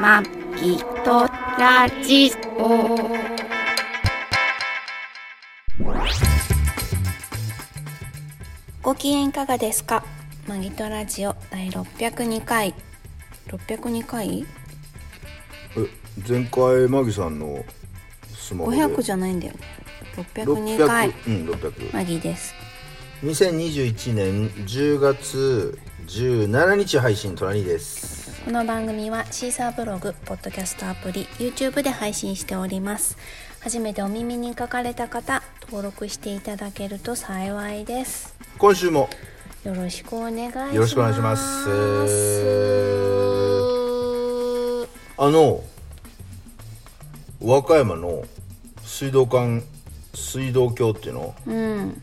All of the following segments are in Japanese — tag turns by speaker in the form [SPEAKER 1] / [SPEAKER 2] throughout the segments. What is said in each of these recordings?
[SPEAKER 1] まきとラジオ。
[SPEAKER 2] ご機嫌いかがですかマギトラジオ第602回602回
[SPEAKER 3] え前回マギさんのスマホで
[SPEAKER 2] 500じゃないんだよね602回
[SPEAKER 3] 600うん600
[SPEAKER 2] マギです
[SPEAKER 3] 2021年10月17日配信トラニです
[SPEAKER 2] この番組はシーサーブログ、ポッドキャストアプリ、YouTube で配信しております初めてお耳に書かれた方登録していただけると幸いです
[SPEAKER 3] 今週も
[SPEAKER 2] よろしくお願いします
[SPEAKER 3] よろしくお願いしますあの和歌山の水道管水道橋っていうの
[SPEAKER 2] うん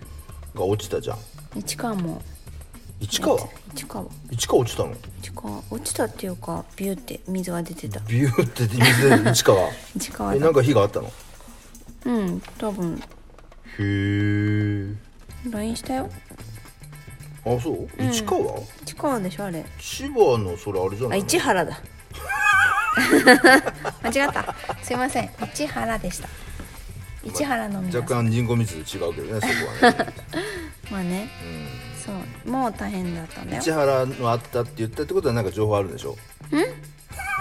[SPEAKER 3] が落ちたじゃん
[SPEAKER 2] 市川も
[SPEAKER 3] 市川
[SPEAKER 2] 市川
[SPEAKER 3] 市川落ちたの
[SPEAKER 2] 市川落ちたっていうかビューって水が出てた
[SPEAKER 3] ビューって水で市 川
[SPEAKER 2] 市川
[SPEAKER 3] え
[SPEAKER 2] だ
[SPEAKER 3] なんか火があったのへ
[SPEAKER 2] うん多分
[SPEAKER 3] え
[SPEAKER 2] LINE したよ
[SPEAKER 3] あそう市川、
[SPEAKER 2] 市川でしょあれ
[SPEAKER 3] 千葉のそれあれじゃ
[SPEAKER 2] あ
[SPEAKER 3] ないの
[SPEAKER 2] 市原だ 間違ったすいません市原でした市原の皆さん
[SPEAKER 3] 若干人口密度違うけどねそこは ね
[SPEAKER 2] まあね、そうもう大変だったんだよ
[SPEAKER 3] 市原のあったって言ったってことはなんか情報あるんでしょん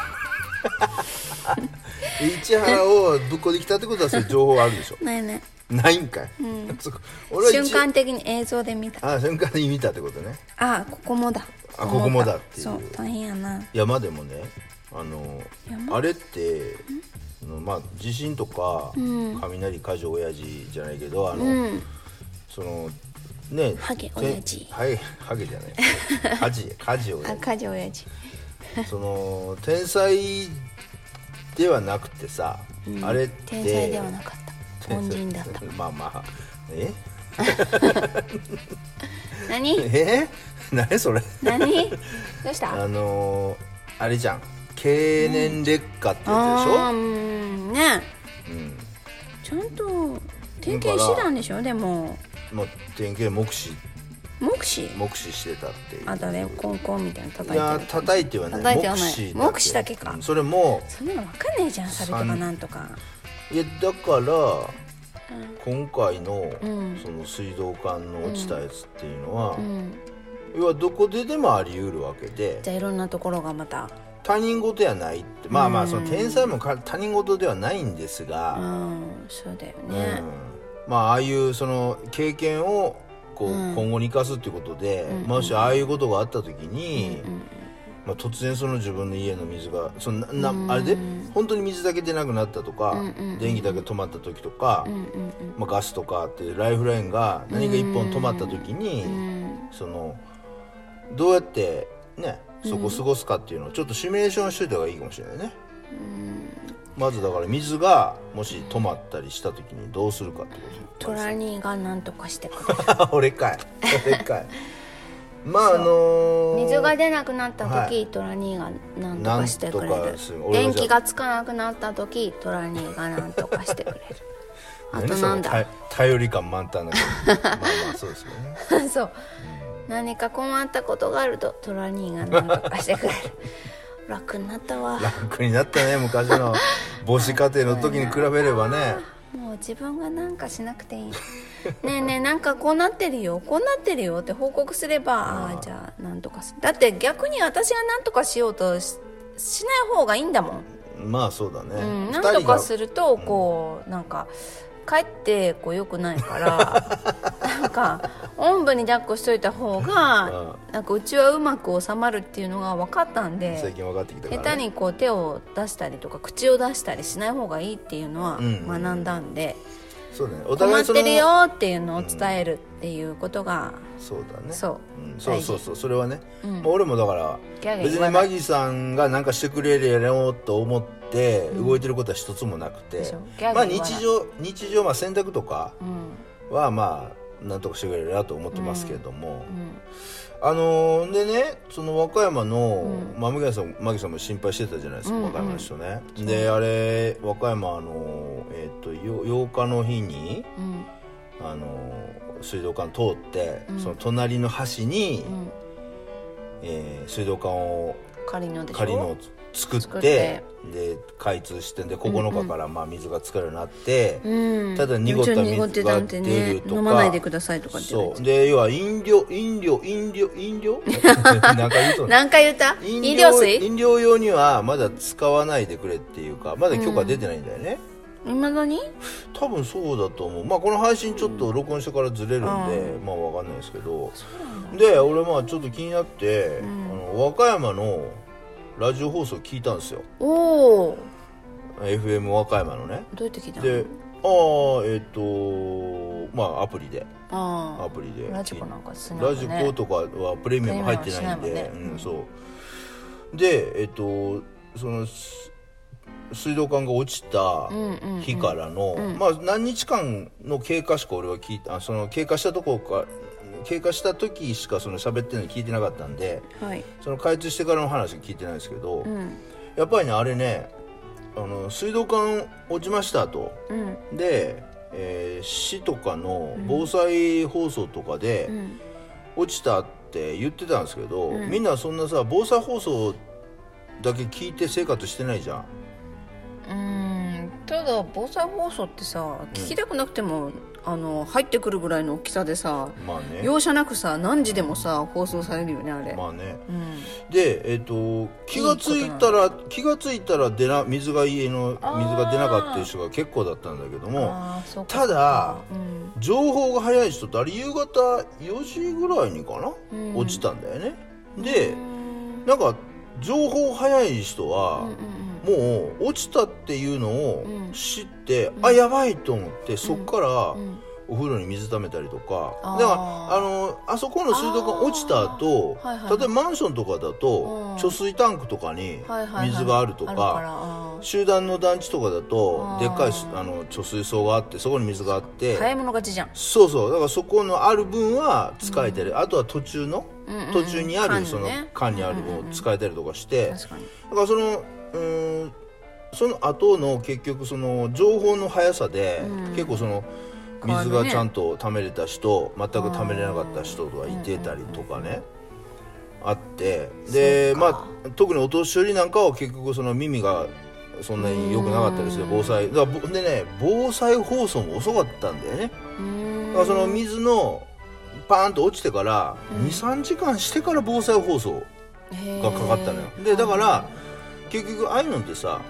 [SPEAKER 3] 市原をぶっこできたってことはそういう情報あるでしょ
[SPEAKER 2] ないね
[SPEAKER 3] ないんかい、 そこ俺は一
[SPEAKER 2] 瞬間的に映像で見た
[SPEAKER 3] あ瞬間に見たってことね
[SPEAKER 2] あここもだ
[SPEAKER 3] あここもだっていう
[SPEAKER 2] そう大変やな
[SPEAKER 3] 山でもねあの
[SPEAKER 2] 山
[SPEAKER 3] あれってあのまあ地震とか、雷火事親父じゃないけどあの、
[SPEAKER 2] うん
[SPEAKER 3] そのね
[SPEAKER 2] ハゲ
[SPEAKER 3] て
[SPEAKER 2] 親父
[SPEAKER 3] はいハゲじゃない火事火事親
[SPEAKER 2] あ
[SPEAKER 3] 父
[SPEAKER 2] 家事親父
[SPEAKER 3] その天才ではなくてさ、あれって
[SPEAKER 2] 天才ではなかった
[SPEAKER 3] 天
[SPEAKER 2] 凡
[SPEAKER 3] 才
[SPEAKER 2] 人だった
[SPEAKER 3] まあまあえ
[SPEAKER 2] 何
[SPEAKER 3] え 何それ
[SPEAKER 2] 何どうした
[SPEAKER 3] あのあれじゃん経年劣化って
[SPEAKER 2] ああ
[SPEAKER 3] や
[SPEAKER 2] ーうんね
[SPEAKER 3] つ
[SPEAKER 2] ちゃ
[SPEAKER 3] でしょ、うん
[SPEAKER 2] んと点検してたんでしょでも
[SPEAKER 3] まあ、典型目視
[SPEAKER 2] 目視
[SPEAKER 3] 目視してたっていう
[SPEAKER 2] あとねコンコンみたいなの
[SPEAKER 3] いや
[SPEAKER 2] 叩いてる
[SPEAKER 3] 叩
[SPEAKER 2] 叩
[SPEAKER 3] いてはない
[SPEAKER 2] いてはない
[SPEAKER 3] 目視
[SPEAKER 2] 目視だけか
[SPEAKER 3] うんそれも
[SPEAKER 2] そんなの分かんないじゃんサビとかなんとか
[SPEAKER 3] いやだから、今回の,、
[SPEAKER 2] ん
[SPEAKER 3] その水道管の落ちたやつっていうのは、
[SPEAKER 2] うん
[SPEAKER 3] 要はどこででもあり得るわけで
[SPEAKER 2] じゃあいろんなところがまた
[SPEAKER 3] 他人事やないってまあまあその天才もか他人事ではないんです
[SPEAKER 2] う
[SPEAKER 3] が、
[SPEAKER 2] んそうだよ
[SPEAKER 3] うん
[SPEAKER 2] ね
[SPEAKER 3] まあああいうその経験をこう今後に生かすっていうことで、もしああいうことがあった時に、まあ、突然その自分の家の水がそのななあれで本当に水だけ出なくなったとか、電気だけ止まった時とか、まあ、ガスとかってライフラインが何か一本止まった時に、そのどうやってねそこ過ごすかっていうのをちょっとシミュレーションしといた方がいいかもしれないね。まずだから水がもし止まったりした時にどうするかってこと
[SPEAKER 2] トラニーが何とかしてくれる
[SPEAKER 3] 俺かい俺かいまああのー、
[SPEAKER 2] 水が出なくなった時、
[SPEAKER 3] はい
[SPEAKER 2] トラニーが何とかしてくれ
[SPEAKER 3] なんと
[SPEAKER 2] る
[SPEAKER 3] かする俺はじゃ
[SPEAKER 2] 電
[SPEAKER 3] あ
[SPEAKER 2] 気がつかなくなった時トラニーが何とかしてくれるあと
[SPEAKER 3] 何その
[SPEAKER 2] なんだ
[SPEAKER 3] た頼り感満タンな 感じまあまあそうですよね
[SPEAKER 2] そう何か困ったことがあるとトラニーが何とかして くれる楽になったわ
[SPEAKER 3] 楽になったね昔の母子家庭の時に比べればね
[SPEAKER 2] もう自分が何かしなくていいねえねえなんかこうなってるよこうなってるよって報告すればああじゃあ何とかすだって逆に私が何とかしようとししない方がいいんだもん
[SPEAKER 3] まあそうだね、
[SPEAKER 2] うん、
[SPEAKER 3] 二
[SPEAKER 2] な
[SPEAKER 3] 人
[SPEAKER 2] ん
[SPEAKER 3] が
[SPEAKER 2] とかするとこう、なんか帰ってこう良くないから なんかおんぶに抱っこしといた方がなんかうちはうまく収まるっていうのが分かったん
[SPEAKER 3] 最
[SPEAKER 2] で
[SPEAKER 3] 近分かってきたか
[SPEAKER 2] 下
[SPEAKER 3] ら、
[SPEAKER 2] 手にこう手を出したりとか口を出したりしない方がいいっていうのは
[SPEAKER 3] ん
[SPEAKER 2] 学んだんで、
[SPEAKER 3] そうだねお
[SPEAKER 2] 困
[SPEAKER 3] 互
[SPEAKER 2] っ
[SPEAKER 3] いその
[SPEAKER 2] てるよっていうのを伝えるっていうことが、
[SPEAKER 3] そうだね
[SPEAKER 2] そうん
[SPEAKER 3] そうそうそうそれはね、
[SPEAKER 2] うん
[SPEAKER 3] まあ俺もだから
[SPEAKER 2] ギャーギャー
[SPEAKER 3] 別
[SPEAKER 2] 言
[SPEAKER 3] に
[SPEAKER 2] わない
[SPEAKER 3] マギさんが何かしてくれるやろうと思って動いてることは一つもなくて
[SPEAKER 2] でしょギャーギャー
[SPEAKER 3] まあ
[SPEAKER 2] 言わない
[SPEAKER 3] 日常日常まあ洗濯とか
[SPEAKER 2] うん
[SPEAKER 3] はまあなんとかしてくれるなと思ってますけれども、
[SPEAKER 2] うん
[SPEAKER 3] あのーでねその和歌山の、
[SPEAKER 2] う
[SPEAKER 3] まあ、麦谷さんマギさんも心配してたじゃないですか、
[SPEAKER 2] うんうん
[SPEAKER 3] 和歌山の人ねであれ和歌山あのーえっとよ8日の日に
[SPEAKER 2] うん
[SPEAKER 3] あのー水道管通って、
[SPEAKER 2] ん
[SPEAKER 3] その隣の橋に、
[SPEAKER 2] うん
[SPEAKER 3] えー水道管を
[SPEAKER 2] 仮のでしょ
[SPEAKER 3] 仮のを作って
[SPEAKER 2] 作って
[SPEAKER 3] で開通してんで9日からまあ水が使えるようになって、
[SPEAKER 2] うん
[SPEAKER 3] ただ濁った
[SPEAKER 2] うちは濁って
[SPEAKER 3] 水
[SPEAKER 2] た
[SPEAKER 3] が
[SPEAKER 2] んて
[SPEAKER 3] 出る
[SPEAKER 2] ね
[SPEAKER 3] とか、
[SPEAKER 2] 飲まないでくださいとかって言われ
[SPEAKER 3] そ
[SPEAKER 2] て
[SPEAKER 3] うで要は飲料飲料飲料飲料 なんか言うとね
[SPEAKER 2] 何回言った飲料水
[SPEAKER 3] 飲料用にはまだ使わないでくれっていうかまだ許可出てないんだよね、
[SPEAKER 2] いまだに
[SPEAKER 3] 多分そうだと思うまあこの配信ちょっと録音してからずれるんで、まあわかんないですけどで俺まあちょっと気になって、あの和歌山のラジオ放送聞いたんですよ
[SPEAKER 2] おお
[SPEAKER 3] FM 和歌山のね
[SPEAKER 2] どうやって聞いた
[SPEAKER 3] で
[SPEAKER 2] の
[SPEAKER 3] ああえっ、とまあアプリで
[SPEAKER 2] あ
[SPEAKER 3] アプリで
[SPEAKER 2] ラジコなんかすごい
[SPEAKER 3] ラ
[SPEAKER 2] よ
[SPEAKER 3] ジ
[SPEAKER 2] ね
[SPEAKER 3] コとかはプレミアム入ってないんで
[SPEAKER 2] プレミアムしないもんね
[SPEAKER 3] うん、そうでえっとそのす水道管が落ちた日からの、まあ、何日間の経過しか俺は聞いたあその経過したとこか経過した時しかその喋ってるの聞いてなかったんで
[SPEAKER 2] あはい
[SPEAKER 3] その開通してからの話聞いてないですけど、
[SPEAKER 2] うん
[SPEAKER 3] やっぱりねあれねあの水道管落ちましたと。
[SPEAKER 2] うん
[SPEAKER 3] で、えー市とかの防災放送とかで、
[SPEAKER 2] ん
[SPEAKER 3] 落ちたって言ってたんですけど、みんなそんなさ防災放送だけ聞いて生活してないじゃん
[SPEAKER 2] うんただ防災放送ってさ聞きたくなくても、あの入ってくるぐらいの大きさでさ
[SPEAKER 3] まあね
[SPEAKER 2] 容赦なくさ何時でもさ放送されるよねあれ、
[SPEAKER 3] まあね
[SPEAKER 2] うん
[SPEAKER 3] でえっ、と気がついたら気がついたら出な水が家の水が出なかったっていう人が結構だったんだけども
[SPEAKER 2] ああそうか
[SPEAKER 3] ただ
[SPEAKER 2] うん
[SPEAKER 3] 情報が早い人ってあれ夕方4時ぐらいにかな、
[SPEAKER 2] うん
[SPEAKER 3] 落ちたんだよねでなんか情報早い人は、もう落ちたっていうのを知って、あやばいと思ってそっからお風呂に水溜めたりとか、
[SPEAKER 2] あー
[SPEAKER 3] だからあのあそこの水道管落ちた後、
[SPEAKER 2] あーはいはい
[SPEAKER 3] 例えばマンションとかだ
[SPEAKER 2] う
[SPEAKER 3] と
[SPEAKER 2] ん
[SPEAKER 3] 貯水タンクとかに
[SPEAKER 2] はいはいはい
[SPEAKER 3] 水があるとか,、
[SPEAKER 2] あるからあー
[SPEAKER 3] 集団の団地とかだと
[SPEAKER 2] あー
[SPEAKER 3] でっかいしあの貯水槽があってそこに水があって
[SPEAKER 2] 早い者勝ちじゃん
[SPEAKER 3] そうそうだからそこのある分は使えたり、あとは途中の、
[SPEAKER 2] うんうんうん
[SPEAKER 3] 途中にあ
[SPEAKER 2] 缶
[SPEAKER 3] る
[SPEAKER 2] の
[SPEAKER 3] その
[SPEAKER 2] ね
[SPEAKER 3] 缶にある分を使えたりとかして、
[SPEAKER 2] 確かに
[SPEAKER 3] だからそのうーんその後の結局その情報の速さで、結構その
[SPEAKER 2] 変わる
[SPEAKER 3] 水
[SPEAKER 2] ね
[SPEAKER 3] がちゃんと貯めれた人、全く貯めれなかった人とかいてたりとかね、あってで
[SPEAKER 2] そうか
[SPEAKER 3] まあ特にお年寄りなんかは結局その耳がそんなに良くなかったりして防災だからぼでね防災放送も遅かったんだよね
[SPEAKER 2] うー
[SPEAKER 3] だ
[SPEAKER 2] ん
[SPEAKER 3] からその水のパーンと落ちてから23時間してから防災放送がかかったのよ
[SPEAKER 2] へー
[SPEAKER 3] でだから結局ああいうのってさ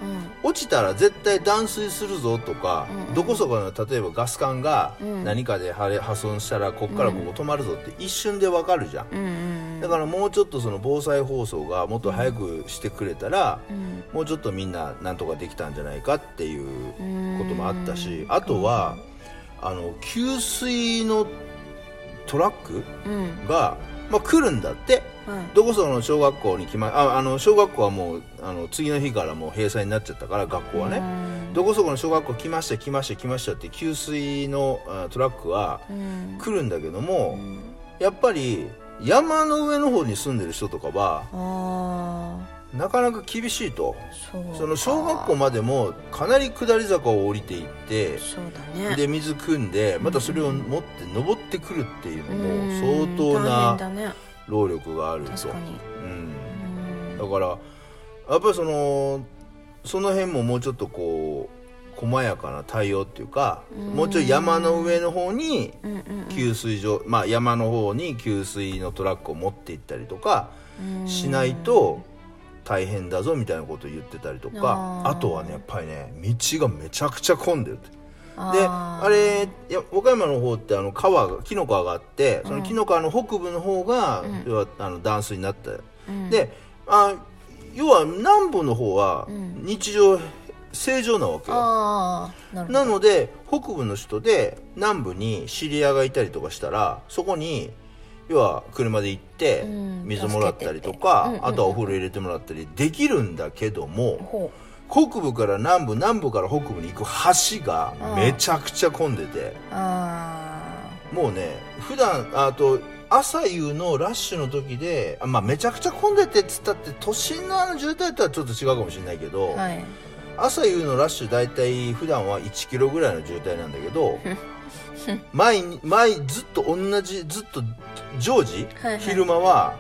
[SPEAKER 3] 落ちたら絶対断水するぞとか、どこそこの例えばガス管が何かで破れ破損したらこっからここ止まるぞって一瞬でわかるじゃん、
[SPEAKER 2] うんうん
[SPEAKER 3] だからもうちょっとその防災放送がもっと早くしてくれたら、
[SPEAKER 2] うん
[SPEAKER 3] もうちょっとみんななんとかできたんじゃないかっていうこともあったしあとはあの給水のトラック
[SPEAKER 2] うん
[SPEAKER 3] が、まあ、来るんだって。
[SPEAKER 2] はい
[SPEAKER 3] どこそこの小学校に来まああの小学校はもうあの次の日からもう閉鎖になっちゃったから学校はねどこそこの小学校来ました来ました来ましたって給水のあトラックは
[SPEAKER 2] うん
[SPEAKER 3] 来るんだけどもやっぱり山の上の方に住んでる人とかは
[SPEAKER 2] あ
[SPEAKER 3] なかなか厳しいと
[SPEAKER 2] あそうか
[SPEAKER 3] その小学校までもかなり下り坂を降りていって
[SPEAKER 2] そうだね
[SPEAKER 3] で水汲んでまたそれを持って登ってくるっていう
[SPEAKER 2] う
[SPEAKER 3] のも
[SPEAKER 2] ん
[SPEAKER 3] 相当
[SPEAKER 2] 大変だ
[SPEAKER 3] な
[SPEAKER 2] ね
[SPEAKER 3] 労力があると。
[SPEAKER 2] 確かに
[SPEAKER 3] うん
[SPEAKER 2] うん
[SPEAKER 3] だからやっぱりそのその辺ももうちょっとこう細やかな対応っていうかもうちょい山の上の方に
[SPEAKER 2] うんうん
[SPEAKER 3] 給水所、まあ、山の方に給水のトラックを持って行ったりとかしないと大変だぞみたいなことを言ってたりとか
[SPEAKER 2] あー
[SPEAKER 3] あとはねやっぱりね道がめちゃくちゃ混んでるってで
[SPEAKER 2] あ
[SPEAKER 3] あれいや和歌山の方ってあの川が紀の川があってその紀の川の北部の方が、要はあの断水になった、であ要は南部の方は日常、正常なわけ
[SPEAKER 2] ー
[SPEAKER 3] よ
[SPEAKER 2] あーなるほど
[SPEAKER 3] なので北部の人で南部に知り合いがいたりとかしたらそこに要は車で行って
[SPEAKER 2] ん
[SPEAKER 3] 水もらったりとか、
[SPEAKER 2] 助けてってうんうんうん
[SPEAKER 3] あとはお風呂入れてもらったりできるんだけども、
[SPEAKER 2] ほ
[SPEAKER 3] 北部から南部南部から北部に行く橋がめちゃくちゃ混んでて、
[SPEAKER 2] うあ
[SPEAKER 3] もうね普段あと朝夕のラッシュの時で、あまあ、めちゃくちゃ混んでてっつったって都心のあの渋滞とはちょっと違うかもしれないけど、
[SPEAKER 2] あはい
[SPEAKER 3] 朝夕のラッシュ大体普段は1キロぐらいの渋滞なんだけど 毎日毎ずっと同じずっと常時、
[SPEAKER 2] はいはい
[SPEAKER 3] 昼間は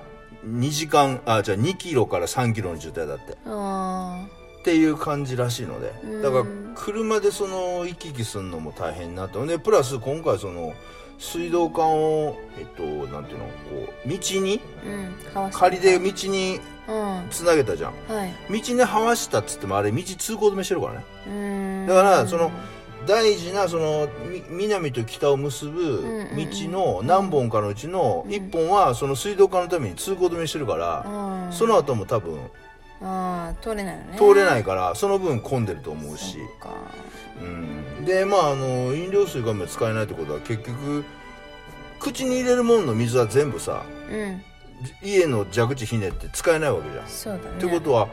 [SPEAKER 3] 2時間あじゃあ2キロから3キロの渋滞だってっ
[SPEAKER 2] あ
[SPEAKER 3] ていう感じらしいので
[SPEAKER 2] うん
[SPEAKER 3] だから車でその行き来するのも大変になったでプラス今回その水道管をえっとなんていうのこう道に
[SPEAKER 2] あうんかわして
[SPEAKER 3] 仮で道に
[SPEAKER 2] うんは
[SPEAKER 3] つなげたじゃん
[SPEAKER 2] い
[SPEAKER 3] 道にはわしたっつってもあれ道通行止めしてるからね
[SPEAKER 2] うーん
[SPEAKER 3] だからその大事なそのみ南と北を結ぶ
[SPEAKER 2] ん
[SPEAKER 3] 道
[SPEAKER 2] うん
[SPEAKER 3] の何本かのうちの1本はその水道管のために通行止めしてるか
[SPEAKER 2] う
[SPEAKER 3] ら
[SPEAKER 2] ん
[SPEAKER 3] その後も多分
[SPEAKER 2] あー通れないよね
[SPEAKER 3] 通れないいからその分混んでると思うし、
[SPEAKER 2] か
[SPEAKER 3] うん、でまああの飲料水がもう使えないってことは結局口に入れるものの水は全部さ
[SPEAKER 2] うん
[SPEAKER 3] 家の蛇口ひねって使えないわけじゃん。
[SPEAKER 2] そうだね
[SPEAKER 3] ってことは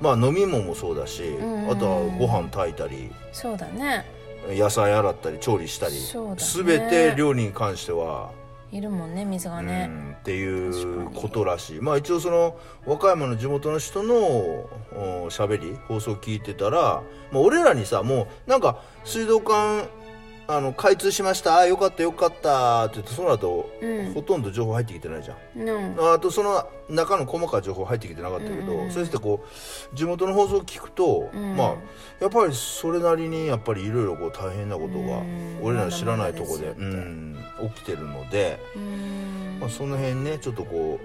[SPEAKER 3] まあ飲み物もそうだし
[SPEAKER 2] んうん
[SPEAKER 3] あとはご飯炊いたり
[SPEAKER 2] そうだね
[SPEAKER 3] 野菜洗ったり調理したり、
[SPEAKER 2] そうだね
[SPEAKER 3] 全て料理に関しては、
[SPEAKER 2] いるもんね水が
[SPEAKER 3] う
[SPEAKER 2] ね
[SPEAKER 3] んっていうことらしいまあ一応その和歌山の地元の人のお喋り放送聞いてたら、まあ、俺らにさもうなんか水道管あの開通しましたあーよかったよかったって言ってその後、
[SPEAKER 2] うん
[SPEAKER 3] ほとんど情報入ってきてないじゃん
[SPEAKER 2] うん
[SPEAKER 3] あとその中の細かい情報入ってきてなかったけど、そうしてこう地元の放送を聞くと、
[SPEAKER 2] ん
[SPEAKER 3] まあやっぱりそれなりにやっぱりいろいろこう大変なことが
[SPEAKER 2] うん
[SPEAKER 3] 俺らの知らないとこで,、
[SPEAKER 2] まだまだですよ
[SPEAKER 3] うん起きてるので、
[SPEAKER 2] うーん
[SPEAKER 3] まあ、その辺ねちょっとこ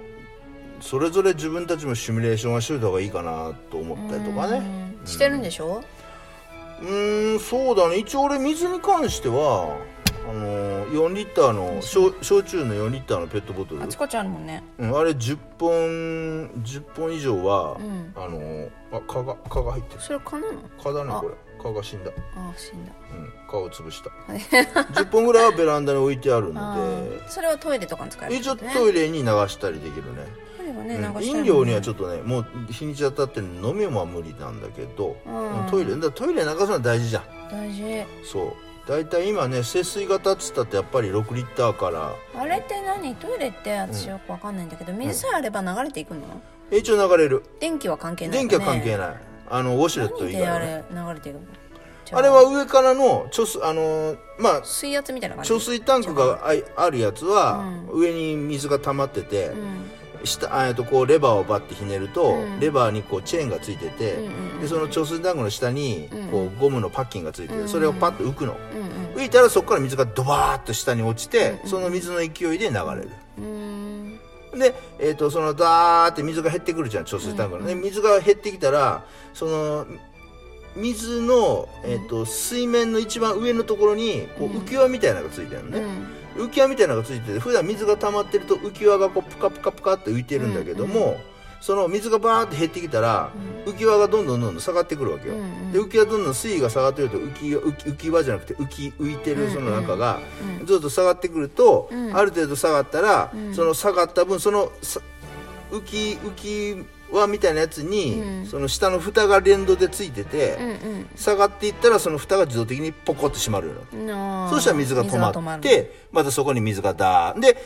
[SPEAKER 3] うそれぞれ自分たちもシミュレーションはしといた方がいいかなと思ったりとかね
[SPEAKER 2] うんしてるんでしょ
[SPEAKER 3] うんんそうだね一応俺水に関してはあの4リッターの焼焼酎の4リッターのペットボトル
[SPEAKER 2] あちこちあるもんね
[SPEAKER 3] うん、あれ10本10本以上は、
[SPEAKER 2] ん
[SPEAKER 3] あのあ蚊が蚊が入ってる
[SPEAKER 2] それ蚊なの
[SPEAKER 3] 蚊だね
[SPEAKER 2] あ
[SPEAKER 3] これ蚊が死んだ、
[SPEAKER 2] ああ死んだ
[SPEAKER 3] うん、蚊を潰した 10本ぐらいはベランダに置いてある
[SPEAKER 2] あ
[SPEAKER 3] の
[SPEAKER 2] ーそれはトイレとかに使え
[SPEAKER 3] で
[SPEAKER 2] る
[SPEAKER 3] 一応トイレに流したりできるね
[SPEAKER 2] イレはね流した
[SPEAKER 3] うん
[SPEAKER 2] いもんね
[SPEAKER 3] 飲料にはちょっとねもう日にちが経ってるので飲みもは無理なんだけど、
[SPEAKER 2] うん
[SPEAKER 3] トイレだからトイレ流すのは大事じゃん
[SPEAKER 2] 大事
[SPEAKER 3] そう大体今ね節水型っつったってやっぱり6リッターから
[SPEAKER 2] あれって何トイレって私よくわかんないんだけど、水さえあれば流れていくの
[SPEAKER 3] 一応流れる
[SPEAKER 2] 電気は関係ない
[SPEAKER 3] 電
[SPEAKER 2] よね、
[SPEAKER 3] 気は関係ない、あのウォシュレット
[SPEAKER 2] 何で
[SPEAKER 3] 以外
[SPEAKER 2] あ
[SPEAKER 3] はね
[SPEAKER 2] れ流れていくのじゃ
[SPEAKER 3] あれは上からの貯水あのーまあ
[SPEAKER 2] 水圧みたいな感じ
[SPEAKER 3] 貯水タンクがあいあるやつは、上に水が溜まってて、
[SPEAKER 2] うん
[SPEAKER 3] 下あえっとこうレバーをバッてひねると、
[SPEAKER 2] うん
[SPEAKER 3] レバーにこうチェーンがついてて、
[SPEAKER 2] うんうんうん
[SPEAKER 3] でその貯水タンクの下に
[SPEAKER 2] うん
[SPEAKER 3] こうゴムのパッキンがついてて、
[SPEAKER 2] うんうん
[SPEAKER 3] それをパッと浮くの、
[SPEAKER 2] うんうん
[SPEAKER 3] 浮いたらそこから水がドバーッと下に落ちて、その水の勢いで流れる。
[SPEAKER 2] うーん
[SPEAKER 3] で、えー、とそのダーって水が減ってくるじゃん貯水タンクの、ね水が減ってきたらその水の、えー、と水面の一番上のところにこう浮き輪みたいなのがついてるの
[SPEAKER 2] う
[SPEAKER 3] ね、
[SPEAKER 2] ん
[SPEAKER 3] 浮き輪みたいなのがついてて普段水が溜まってると浮き輪がこうプカプカプカって浮いてるんだけども、その水がバーって減ってきたら、浮き輪がどんどんどんどん下がってくるわけよ、
[SPEAKER 2] うんうん
[SPEAKER 3] で浮き輪どんどん水位が下がってると浮き浮き浮き輪じゃなくて浮き浮いてるその中がずっと下がってくると、
[SPEAKER 2] ん
[SPEAKER 3] ある程度下がったら、その下がった分そのさ浮き浮き輪みたいなやつに、
[SPEAKER 2] うん
[SPEAKER 3] その下の蓋が連動でついてて、
[SPEAKER 2] うん
[SPEAKER 3] 下がっていったらその蓋が自動的にポコッと閉まるようになる
[SPEAKER 2] うんなあ
[SPEAKER 3] そうしたら水が止
[SPEAKER 2] 水が
[SPEAKER 3] まっ
[SPEAKER 2] る
[SPEAKER 3] てまたそこに水がダーンで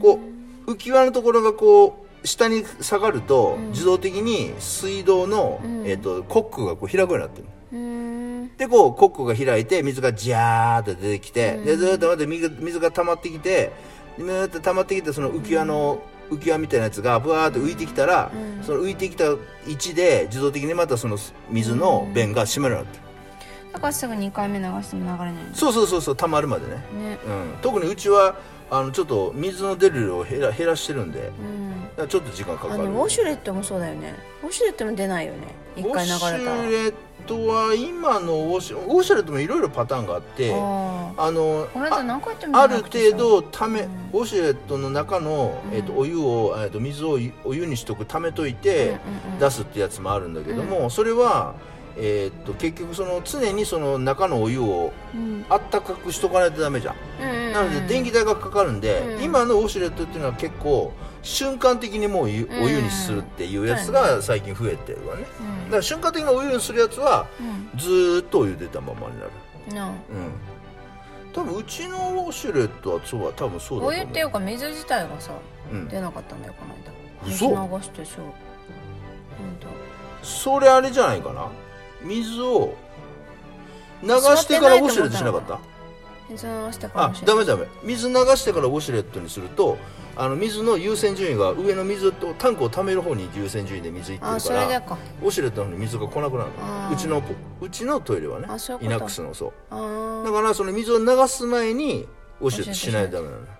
[SPEAKER 3] こう浮き輪のところがこう下に下がると、自動的に水道の、えっとコックがこう開くようになってる
[SPEAKER 2] うーん
[SPEAKER 3] でこうコックが開いて水がジャーって出てきて、でずーっとまた水が水が溜まってきてずーっと溜まってきてその浮き輪の、浮き輪みたいなやつがブワーって浮いてきたら、その浮いてきた位置で自動的にまたその水の弁が閉まるようになってる、
[SPEAKER 2] だからすぐ2回目流しても流れないん
[SPEAKER 3] そうそうそうそう溜まるまでね、
[SPEAKER 2] ね
[SPEAKER 3] うん、特にうちはあのちょっと水の出る量を減ら減らしてるんで、だ
[SPEAKER 2] うん
[SPEAKER 3] からちょっと時間かか
[SPEAKER 2] あ
[SPEAKER 3] る
[SPEAKER 2] のウォシュレットもそうだよねウォシュレットも出ないよね一回流れ
[SPEAKER 3] ウォ
[SPEAKER 2] た
[SPEAKER 3] シュ
[SPEAKER 2] ら
[SPEAKER 3] レットは今のウォシュウォシュレットもいろいろパターンがあって
[SPEAKER 2] ああ
[SPEAKER 3] あの
[SPEAKER 2] この
[SPEAKER 3] あ
[SPEAKER 2] 間何回やっても
[SPEAKER 3] あ
[SPEAKER 2] 出
[SPEAKER 3] る
[SPEAKER 2] なくて
[SPEAKER 3] 程
[SPEAKER 2] さ
[SPEAKER 3] 度ため、ウォシュレットの中の、えっとお湯を、えっと水をいお湯にしとくためといて出すってやつもあるんだけども、それは、えっと結局その常にその中のお湯を
[SPEAKER 2] うん
[SPEAKER 3] あったかくしとかないとダメじゃん、
[SPEAKER 2] うんうん
[SPEAKER 3] なので電気代がかかるんで、
[SPEAKER 2] うん
[SPEAKER 3] 今のウォシュレットっていうのは結構瞬間的にもうゆお湯にするっていうやつが最近増えてるわね、
[SPEAKER 2] うん
[SPEAKER 3] だから瞬間的にお湯にするやつはずーっとお湯出たままになる
[SPEAKER 2] うんなあ
[SPEAKER 3] うん多分うちのウォシュレットはそうは多分そうだと
[SPEAKER 2] お
[SPEAKER 3] 思う
[SPEAKER 2] 湯っていうか水自体がさ
[SPEAKER 3] うん
[SPEAKER 2] 出なかったんだよこの間水
[SPEAKER 3] 嘘
[SPEAKER 2] 流してそう本
[SPEAKER 3] それあれじゃないかな水を流してからウォシュレットしなかった
[SPEAKER 2] 当。水流したか
[SPEAKER 3] あ
[SPEAKER 2] もしれ
[SPEAKER 3] ダ
[SPEAKER 2] ない
[SPEAKER 3] メダメ水流してからウォシュレットにするとあの水の優先順位が上の水とタンクを貯める方に優先順位で水いってるから
[SPEAKER 2] あそれでか
[SPEAKER 3] ウォシュレットの方に水が来なくなる
[SPEAKER 2] あー
[SPEAKER 3] うちのうちのトイレはね
[SPEAKER 2] あそういうこ
[SPEAKER 3] イ
[SPEAKER 2] と
[SPEAKER 3] ナックスのそう
[SPEAKER 2] あー
[SPEAKER 3] だからその水を流す前にウォシュレットしないとダメなのだ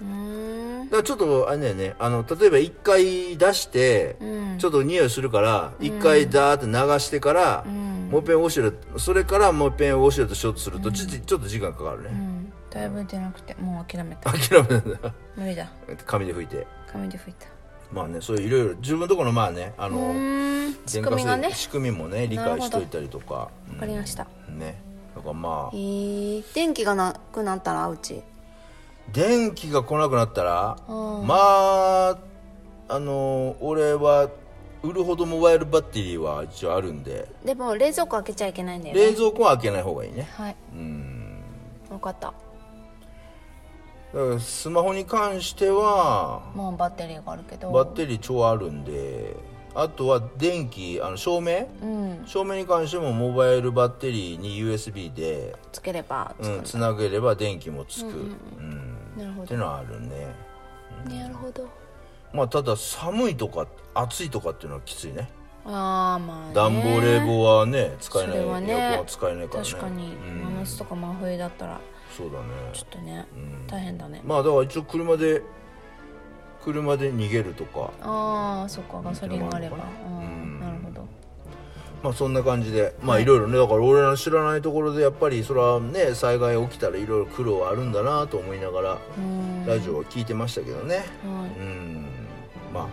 [SPEAKER 2] うーん
[SPEAKER 3] からちょっとあれだよねあの例えば一回出して、
[SPEAKER 2] うん
[SPEAKER 3] ちょっと匂いするから一回ダーって流してから、
[SPEAKER 2] ん
[SPEAKER 3] もう一遍ウォシュレットそれからもう一遍ウォシュレットしようとするとちょちょっと時間かかる
[SPEAKER 2] う
[SPEAKER 3] ね、
[SPEAKER 2] んだいぶ出なくてもう諦めた
[SPEAKER 3] 諦めたんだ
[SPEAKER 2] 無理だ
[SPEAKER 3] 紙で拭いて
[SPEAKER 2] 紙で拭いた
[SPEAKER 3] まあねそういういろいろ自分のところのまあねあの、
[SPEAKER 2] うーん仕
[SPEAKER 3] 電
[SPEAKER 2] 組
[SPEAKER 3] 化
[SPEAKER 2] みが
[SPEAKER 3] 製
[SPEAKER 2] ね
[SPEAKER 3] 品仕組みもね理解しといたりとか、
[SPEAKER 2] わかりました
[SPEAKER 3] うんねだからま
[SPEAKER 2] え
[SPEAKER 3] あ
[SPEAKER 2] ー、電気がなくなったらうち
[SPEAKER 3] 電気が来なくなったら
[SPEAKER 2] うん
[SPEAKER 3] まああの俺は売るほどモバイルバッテリーは一応あるんで
[SPEAKER 2] でも冷蔵庫開けちゃいけないんだよね
[SPEAKER 3] 冷蔵庫は開けない方がいいね
[SPEAKER 2] はい
[SPEAKER 3] うん
[SPEAKER 2] 分かった
[SPEAKER 3] だからスマホに関しては
[SPEAKER 2] もうバッテリーがあるけど
[SPEAKER 3] バッテリー超あるんであとは電気あの照明
[SPEAKER 2] うん
[SPEAKER 3] 照明に関してもモバイルバッテリーに USB で
[SPEAKER 2] つければつく
[SPEAKER 3] うん、つなげれば電気もつく、うん
[SPEAKER 2] なるほ
[SPEAKER 3] って
[SPEAKER 2] ど
[SPEAKER 3] のはあるね
[SPEAKER 2] なるほど
[SPEAKER 3] まあただ寒いとか暑いとかっていうのはきついね
[SPEAKER 2] ああまあ、ね、
[SPEAKER 3] 暖房冷房はね使え
[SPEAKER 2] そ
[SPEAKER 3] ない
[SPEAKER 2] れはね
[SPEAKER 3] エアコンは使えないからね
[SPEAKER 2] 確かに
[SPEAKER 3] うん
[SPEAKER 2] 真夏とか真冬だったら
[SPEAKER 3] そうだね
[SPEAKER 2] ちょっとね、大変だね
[SPEAKER 3] まあだから一応車で車で逃げるとか
[SPEAKER 2] ああそっかガソリンがあれば
[SPEAKER 3] うん
[SPEAKER 2] うんなるほど
[SPEAKER 3] まあそんな感じでまあいろいろねだから俺らの知らないところでやっぱりそれはね災害起きたらいろいろ苦労はあるんだなと思いながら
[SPEAKER 2] うん
[SPEAKER 3] ラジオは聞いてましたけどね
[SPEAKER 2] は
[SPEAKER 3] うんま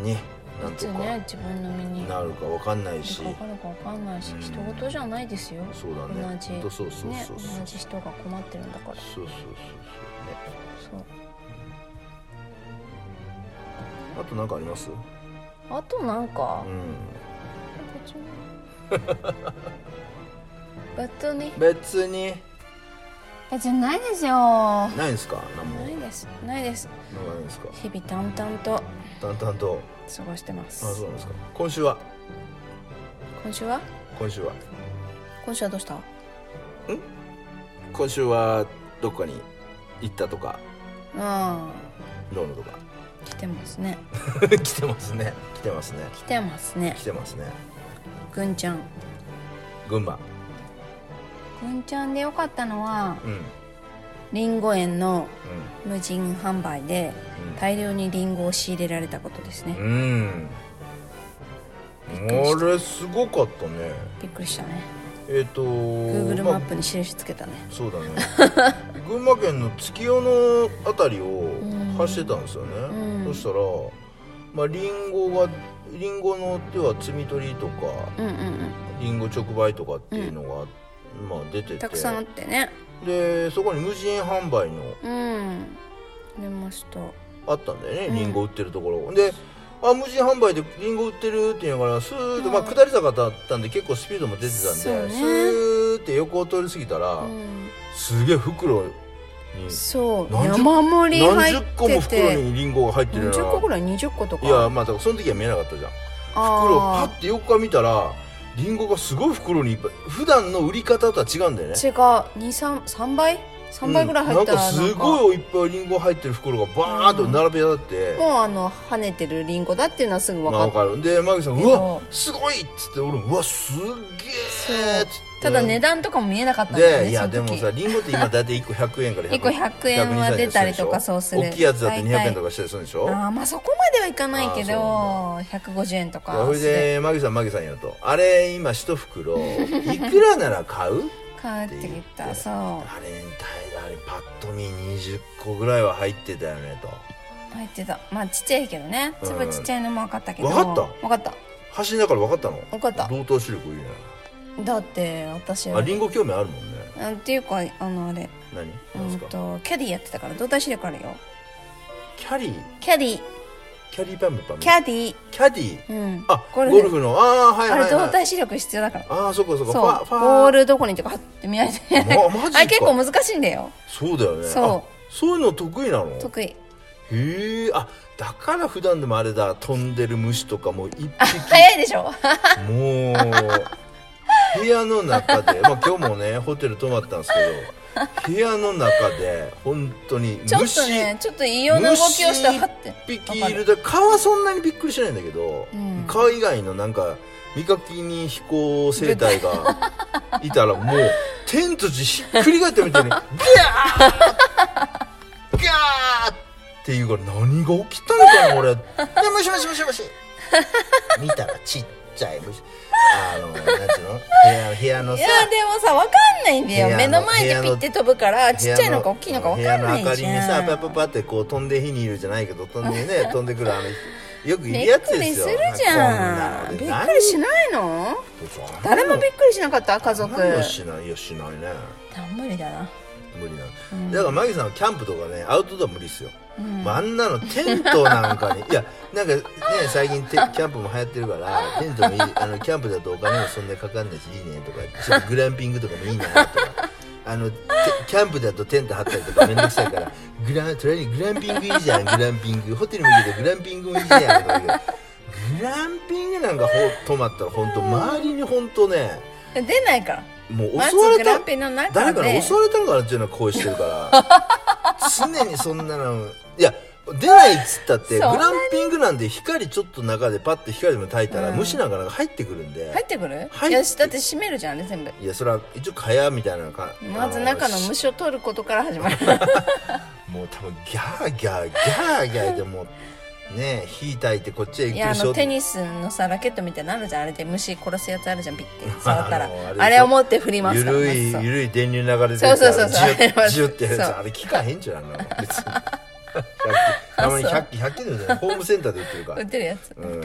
[SPEAKER 3] あねないん
[SPEAKER 2] い
[SPEAKER 3] と
[SPEAKER 2] つ
[SPEAKER 3] か
[SPEAKER 2] ね自分の身に
[SPEAKER 3] なるかわかんないし
[SPEAKER 2] かかるかわかんないし人事じゃないですよ
[SPEAKER 3] そうだね
[SPEAKER 2] 同じ
[SPEAKER 3] ほんとそうそう
[SPEAKER 2] ね
[SPEAKER 3] そうそう
[SPEAKER 2] 同じ人が困ってるんだから
[SPEAKER 3] そうそうそうそうね
[SPEAKER 2] そう
[SPEAKER 3] あと何かあります
[SPEAKER 2] あとなんか
[SPEAKER 3] うん
[SPEAKER 2] 別に 別に
[SPEAKER 3] 別に
[SPEAKER 2] 別にないですよ
[SPEAKER 3] ないんすか何も
[SPEAKER 2] な
[SPEAKER 3] 何
[SPEAKER 2] い
[SPEAKER 3] か
[SPEAKER 2] ですないです
[SPEAKER 3] ないんすか
[SPEAKER 2] 日々淡々と
[SPEAKER 3] 淡々と
[SPEAKER 2] 過ごしてま
[SPEAKER 3] あ
[SPEAKER 2] す
[SPEAKER 3] そうなんですか今週は
[SPEAKER 2] 今週は
[SPEAKER 3] 今週は
[SPEAKER 2] 今週はどうした
[SPEAKER 3] 今週はどっかに行ったとか
[SPEAKER 2] あ
[SPEAKER 3] ローンとか
[SPEAKER 2] あ来てますね
[SPEAKER 3] 来てますね来てますね
[SPEAKER 2] 来てますね
[SPEAKER 3] 来てますね
[SPEAKER 2] ぐんちゃん
[SPEAKER 3] 群馬
[SPEAKER 2] ぐんちゃんでよかったのは
[SPEAKER 3] うんうん
[SPEAKER 2] りんご園の無人販売で大量にりんごを仕入れられたことですね
[SPEAKER 3] うんあれすごかったね
[SPEAKER 2] びっくりしたね
[SPEAKER 3] えっ、と
[SPEAKER 2] Google
[SPEAKER 3] まあ
[SPEAKER 2] マップに印つけたね
[SPEAKER 3] そうだね 群馬県の月夜のあたりを走ってたんですよね、
[SPEAKER 2] うん
[SPEAKER 3] そしたらまあリンゴがリンゴの手は摘み取りとか
[SPEAKER 2] うんうんうん
[SPEAKER 3] リンゴ直売とかっていうのが、まあ、出てて
[SPEAKER 2] たくさんあってね
[SPEAKER 3] でそこに無人販売の
[SPEAKER 2] うん出ました
[SPEAKER 3] あったんだよね、
[SPEAKER 2] うん
[SPEAKER 3] リンゴ売ってるところであ無人販売でリンゴ売ってるっていうからスーッと、
[SPEAKER 2] うん
[SPEAKER 3] まあ下り坂だったんで結構スピードも出てたんで、ス
[SPEAKER 2] そうね
[SPEAKER 3] ーッて横を通り過ぎたら、
[SPEAKER 2] うん
[SPEAKER 3] すげえ袋に
[SPEAKER 2] そう
[SPEAKER 3] 何十
[SPEAKER 2] 山盛り
[SPEAKER 3] 何
[SPEAKER 2] 入
[SPEAKER 3] 十
[SPEAKER 2] っ
[SPEAKER 3] 個も
[SPEAKER 2] て
[SPEAKER 3] 袋
[SPEAKER 2] て
[SPEAKER 3] にリンゴが入ってる
[SPEAKER 2] 何
[SPEAKER 3] よ
[SPEAKER 2] 十個ぐ
[SPEAKER 3] な
[SPEAKER 2] らい20個とか
[SPEAKER 3] いやまあだからその時は見えなかったじゃん袋パ
[SPEAKER 2] あ
[SPEAKER 3] ッて横から見たらリンゴがすごい袋にいっぱい普段の売り方とは違うんだよね
[SPEAKER 2] ー違う233倍3倍ぐらい入った
[SPEAKER 3] うん、なんかす
[SPEAKER 2] い
[SPEAKER 3] ごいいっぱいリンゴ入ってる袋がバーンと並べ立って、
[SPEAKER 2] もうあの跳ねてるリンゴだっていうのはすぐ分
[SPEAKER 3] まあ
[SPEAKER 2] かっ
[SPEAKER 3] わ
[SPEAKER 2] た
[SPEAKER 3] かるでマギさん「
[SPEAKER 2] け
[SPEAKER 3] う
[SPEAKER 2] ど
[SPEAKER 3] わすごい!」っつって俺も「うわすっげえ!」っつって
[SPEAKER 2] ただ値段とかも見えなかったんだよ
[SPEAKER 3] で
[SPEAKER 2] ね
[SPEAKER 3] い
[SPEAKER 2] そ
[SPEAKER 3] や
[SPEAKER 2] の
[SPEAKER 3] でも
[SPEAKER 2] 時
[SPEAKER 3] さリンゴって今大体1個100円から
[SPEAKER 2] 1個100円は出たりとかそうする
[SPEAKER 3] 大きいやつだって
[SPEAKER 2] 大
[SPEAKER 3] 200
[SPEAKER 2] 体
[SPEAKER 3] 円とかしたりするんでしょ
[SPEAKER 2] ああまあそこまではいかないけど150円と
[SPEAKER 3] いや
[SPEAKER 2] か
[SPEAKER 3] それでマギさんマギさんやると「あれ今 一袋いくらなら買う?」
[SPEAKER 2] 買ってきたそう
[SPEAKER 3] あれ大あれパッと見20個ぐらいは入ってたよねと
[SPEAKER 2] 入ってたまあちっちゃいけどね
[SPEAKER 3] うん
[SPEAKER 2] 粒ちっちゃいのも分かったけど
[SPEAKER 3] 分かった
[SPEAKER 2] 分かった
[SPEAKER 3] 走りながら分かったの
[SPEAKER 2] 分かった
[SPEAKER 3] 同等視力いいね
[SPEAKER 2] だって私
[SPEAKER 3] あ
[SPEAKER 2] は
[SPEAKER 3] リンゴ興味あるもんね
[SPEAKER 2] あっていうかあのあれ
[SPEAKER 3] 何
[SPEAKER 2] う
[SPEAKER 3] 何
[SPEAKER 2] ん
[SPEAKER 3] ですか
[SPEAKER 2] とキャディやってたから動体視力あるよ
[SPEAKER 3] キャリー
[SPEAKER 2] キャディ
[SPEAKER 3] キャリーパンパン
[SPEAKER 2] キャディ
[SPEAKER 3] キャディー
[SPEAKER 2] うん
[SPEAKER 3] あ
[SPEAKER 2] ゴ
[SPEAKER 3] ゴ
[SPEAKER 2] ル
[SPEAKER 3] ル
[SPEAKER 2] フ
[SPEAKER 3] フのああはい
[SPEAKER 2] あ
[SPEAKER 3] は
[SPEAKER 2] れ
[SPEAKER 3] いは
[SPEAKER 2] 動
[SPEAKER 3] い
[SPEAKER 2] 体視力必要だから
[SPEAKER 3] ああそっかそっか
[SPEAKER 2] そう
[SPEAKER 3] ファファ
[SPEAKER 2] ボールどこにとかはって見ないといけない
[SPEAKER 3] まマジか
[SPEAKER 2] あれ結構難しいんだよ
[SPEAKER 3] そうだよね
[SPEAKER 2] そう
[SPEAKER 3] あそういうの得意なの
[SPEAKER 2] 得意
[SPEAKER 3] へえあだから普段でもあれだ飛んでる虫とかも一匹
[SPEAKER 2] 早いでしょ
[SPEAKER 3] もう部屋の中で、まあ、今日もねホテル泊まったんですけど部屋の中で本当に
[SPEAKER 2] ちょっ
[SPEAKER 3] 虫
[SPEAKER 2] とねちょっと異様な動きをしたはって
[SPEAKER 3] 一匹いるだ蚊はそんなにびっくりしないんだけど、
[SPEAKER 2] うん
[SPEAKER 3] 蚊以外のなんか見かけに飛行生態がいたらもう天と地ひっくり返ったみたいにギャーギャーっていうから何が起きたのかな俺でもしもしもしもし見たらちっちゃい虫あのなんていうの部屋部屋の
[SPEAKER 2] い
[SPEAKER 3] さ
[SPEAKER 2] やでもさわかんないんだ
[SPEAKER 3] 部屋
[SPEAKER 2] よ
[SPEAKER 3] の
[SPEAKER 2] 目の前でピッて飛ぶからちっちゃいのか大きいのかわかんない
[SPEAKER 3] 部屋の明かり
[SPEAKER 2] じ
[SPEAKER 3] に
[SPEAKER 2] ゃ
[SPEAKER 3] さ
[SPEAKER 2] ん
[SPEAKER 3] パパパってこう飛んで火にいるじゃないけど飛んでね飛んでくるあのよくいるや
[SPEAKER 2] びっく
[SPEAKER 3] つで
[SPEAKER 2] り
[SPEAKER 3] す
[SPEAKER 2] す
[SPEAKER 3] よ
[SPEAKER 2] るじゃんびっくりしないの
[SPEAKER 3] 誰
[SPEAKER 2] 誰もびっくりしなかった家族
[SPEAKER 3] 何もしないいやしないね
[SPEAKER 2] あ無理だな
[SPEAKER 3] 無理なの、だからマギさんはキャンプとかねアウトドア無理ですよ、
[SPEAKER 2] うん
[SPEAKER 3] まああんなのテントな んかにいやなんかね最近テキャンプも流行ってるからテントもいいあのキャンプだとお金もそんなにかかんないしいいねとかちょっとグランピングとかもいいな とかあのテキャンプだとテント張ったりとかめんどくさいからグランとりあえずグランピングいいじゃんグランピングホテルもいいけどグランピングもいいじゃんとか言うけどグランピングなんかほ泊まったら本当周りに本当ね
[SPEAKER 2] 出ないから
[SPEAKER 3] もう
[SPEAKER 2] まず
[SPEAKER 3] 襲われ
[SPEAKER 2] グ
[SPEAKER 3] た、
[SPEAKER 2] ランピの中
[SPEAKER 3] 誰
[SPEAKER 2] で
[SPEAKER 3] かに襲われたのかなっていうような声してるから常にそんなのいや出ないっつったってグ
[SPEAKER 2] そんなに
[SPEAKER 3] ランピングなんで光ちょっと中でパッて光でも焚いたら、
[SPEAKER 2] うん
[SPEAKER 3] 虫なんかなんか入ってくるんで、
[SPEAKER 2] 入ってくる
[SPEAKER 3] 入っ
[SPEAKER 2] いやだって閉めるじゃんあれ全部
[SPEAKER 3] い、やそれは一応蚊帳みたいなのか
[SPEAKER 2] まず中の
[SPEAKER 3] あ
[SPEAKER 2] 虫を取ることから始ま る
[SPEAKER 3] もう多分ギャーギャーギャーギャーでもうね火焚いてこっちへ
[SPEAKER 2] い
[SPEAKER 3] 行く
[SPEAKER 2] やあ
[SPEAKER 3] でしょ
[SPEAKER 2] のテニスのさラケットみたいなのあるじゃんあれで虫殺すやつあるじゃんピッ て触ったら
[SPEAKER 3] あのあれ
[SPEAKER 2] あれを持って振ります
[SPEAKER 3] ゆ
[SPEAKER 2] から
[SPEAKER 3] るい
[SPEAKER 2] まず
[SPEAKER 3] ゆるい電流流れてる
[SPEAKER 2] そうそうそう
[SPEAKER 3] ジュ
[SPEAKER 2] ありま
[SPEAKER 3] ッ
[SPEAKER 2] す
[SPEAKER 3] ジュッってやるや
[SPEAKER 2] そう
[SPEAKER 3] つあれ聞かへん じゃんあんなの別にたまに100均100均で売ってないホームセンターで売ってる
[SPEAKER 2] そ
[SPEAKER 3] か
[SPEAKER 2] う
[SPEAKER 3] ら
[SPEAKER 2] 打てるやつ
[SPEAKER 3] うん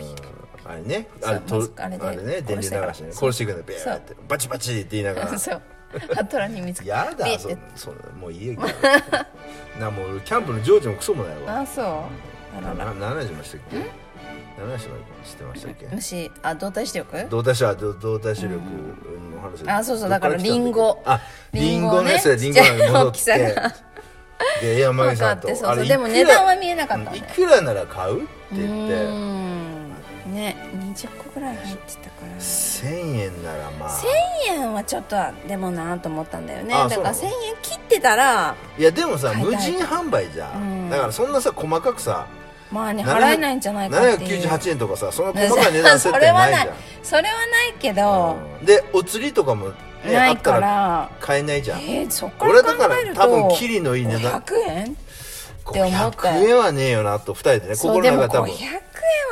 [SPEAKER 3] あれね
[SPEAKER 2] そう
[SPEAKER 3] あれ
[SPEAKER 2] ま
[SPEAKER 3] と
[SPEAKER 2] ず
[SPEAKER 3] あ
[SPEAKER 2] あれ
[SPEAKER 3] れ
[SPEAKER 2] で
[SPEAKER 3] ね電流流し
[SPEAKER 2] 殺してて
[SPEAKER 3] ね
[SPEAKER 2] から
[SPEAKER 3] 殺していくんだビャーってバチバチって言いなが ら
[SPEAKER 2] そうハトラに見つけ
[SPEAKER 3] や
[SPEAKER 2] ビ
[SPEAKER 3] だ
[SPEAKER 2] ー
[SPEAKER 3] そ
[SPEAKER 2] って
[SPEAKER 3] そもういいよなもう俺キャンプの情緒もクソもないわ
[SPEAKER 2] あそうあらら
[SPEAKER 3] な何しましたっけ何しましてましたっけ
[SPEAKER 2] 虫あ動体しておく
[SPEAKER 3] 動体視力動体視力の話
[SPEAKER 2] あそうそうだからリンゴ
[SPEAKER 3] あリンゴ
[SPEAKER 2] リンゴ
[SPEAKER 3] ね
[SPEAKER 2] ね
[SPEAKER 3] それリンゴに戻っ
[SPEAKER 2] ちっちゃい大
[SPEAKER 3] て
[SPEAKER 2] きさ
[SPEAKER 3] で山
[SPEAKER 2] 分
[SPEAKER 3] 上
[SPEAKER 2] か
[SPEAKER 3] さん
[SPEAKER 2] っ
[SPEAKER 3] と
[SPEAKER 2] てそう
[SPEAKER 3] あ
[SPEAKER 2] そ
[SPEAKER 3] れ
[SPEAKER 2] う
[SPEAKER 3] い
[SPEAKER 2] で
[SPEAKER 3] く
[SPEAKER 2] も
[SPEAKER 3] ら
[SPEAKER 2] 値段は見えなかったん
[SPEAKER 3] い
[SPEAKER 2] だよ
[SPEAKER 3] くらなら買うって
[SPEAKER 2] う
[SPEAKER 3] 言って
[SPEAKER 2] ーんね20個ぐらい入ってたから
[SPEAKER 3] 1000円ならまあ
[SPEAKER 2] 1000円はちょっとはでもなと思ったんだよね
[SPEAKER 3] あ
[SPEAKER 2] だから
[SPEAKER 3] そ
[SPEAKER 2] 1000
[SPEAKER 3] うな
[SPEAKER 2] 円切ってたら
[SPEAKER 3] いやでもさ
[SPEAKER 2] 買いた
[SPEAKER 3] 無
[SPEAKER 2] い
[SPEAKER 3] 人販売じゃ
[SPEAKER 2] うん
[SPEAKER 3] んだからそんなさ細かくさ
[SPEAKER 2] まあね
[SPEAKER 3] 700
[SPEAKER 2] 払えないんじゃないかっていう
[SPEAKER 3] 798円とかさその細かい値段設
[SPEAKER 2] そ
[SPEAKER 3] 定
[SPEAKER 2] れ
[SPEAKER 3] な
[SPEAKER 2] はい
[SPEAKER 3] じ
[SPEAKER 2] な
[SPEAKER 3] ゃ
[SPEAKER 2] いそれはないけど
[SPEAKER 3] ん、うんでお釣りとかもね
[SPEAKER 2] な
[SPEAKER 3] あ
[SPEAKER 2] い
[SPEAKER 3] った
[SPEAKER 2] から
[SPEAKER 3] ら買えないじゃん
[SPEAKER 2] えー、そっか
[SPEAKER 3] 俺
[SPEAKER 2] ら
[SPEAKER 3] だか
[SPEAKER 2] 考え
[SPEAKER 3] ら
[SPEAKER 2] ると
[SPEAKER 3] 多分キリのいい値段
[SPEAKER 2] 500円って思った
[SPEAKER 3] 500円はねえよなと2人でね
[SPEAKER 2] そ
[SPEAKER 3] 心
[SPEAKER 2] うで
[SPEAKER 3] の
[SPEAKER 2] も500
[SPEAKER 3] 中多分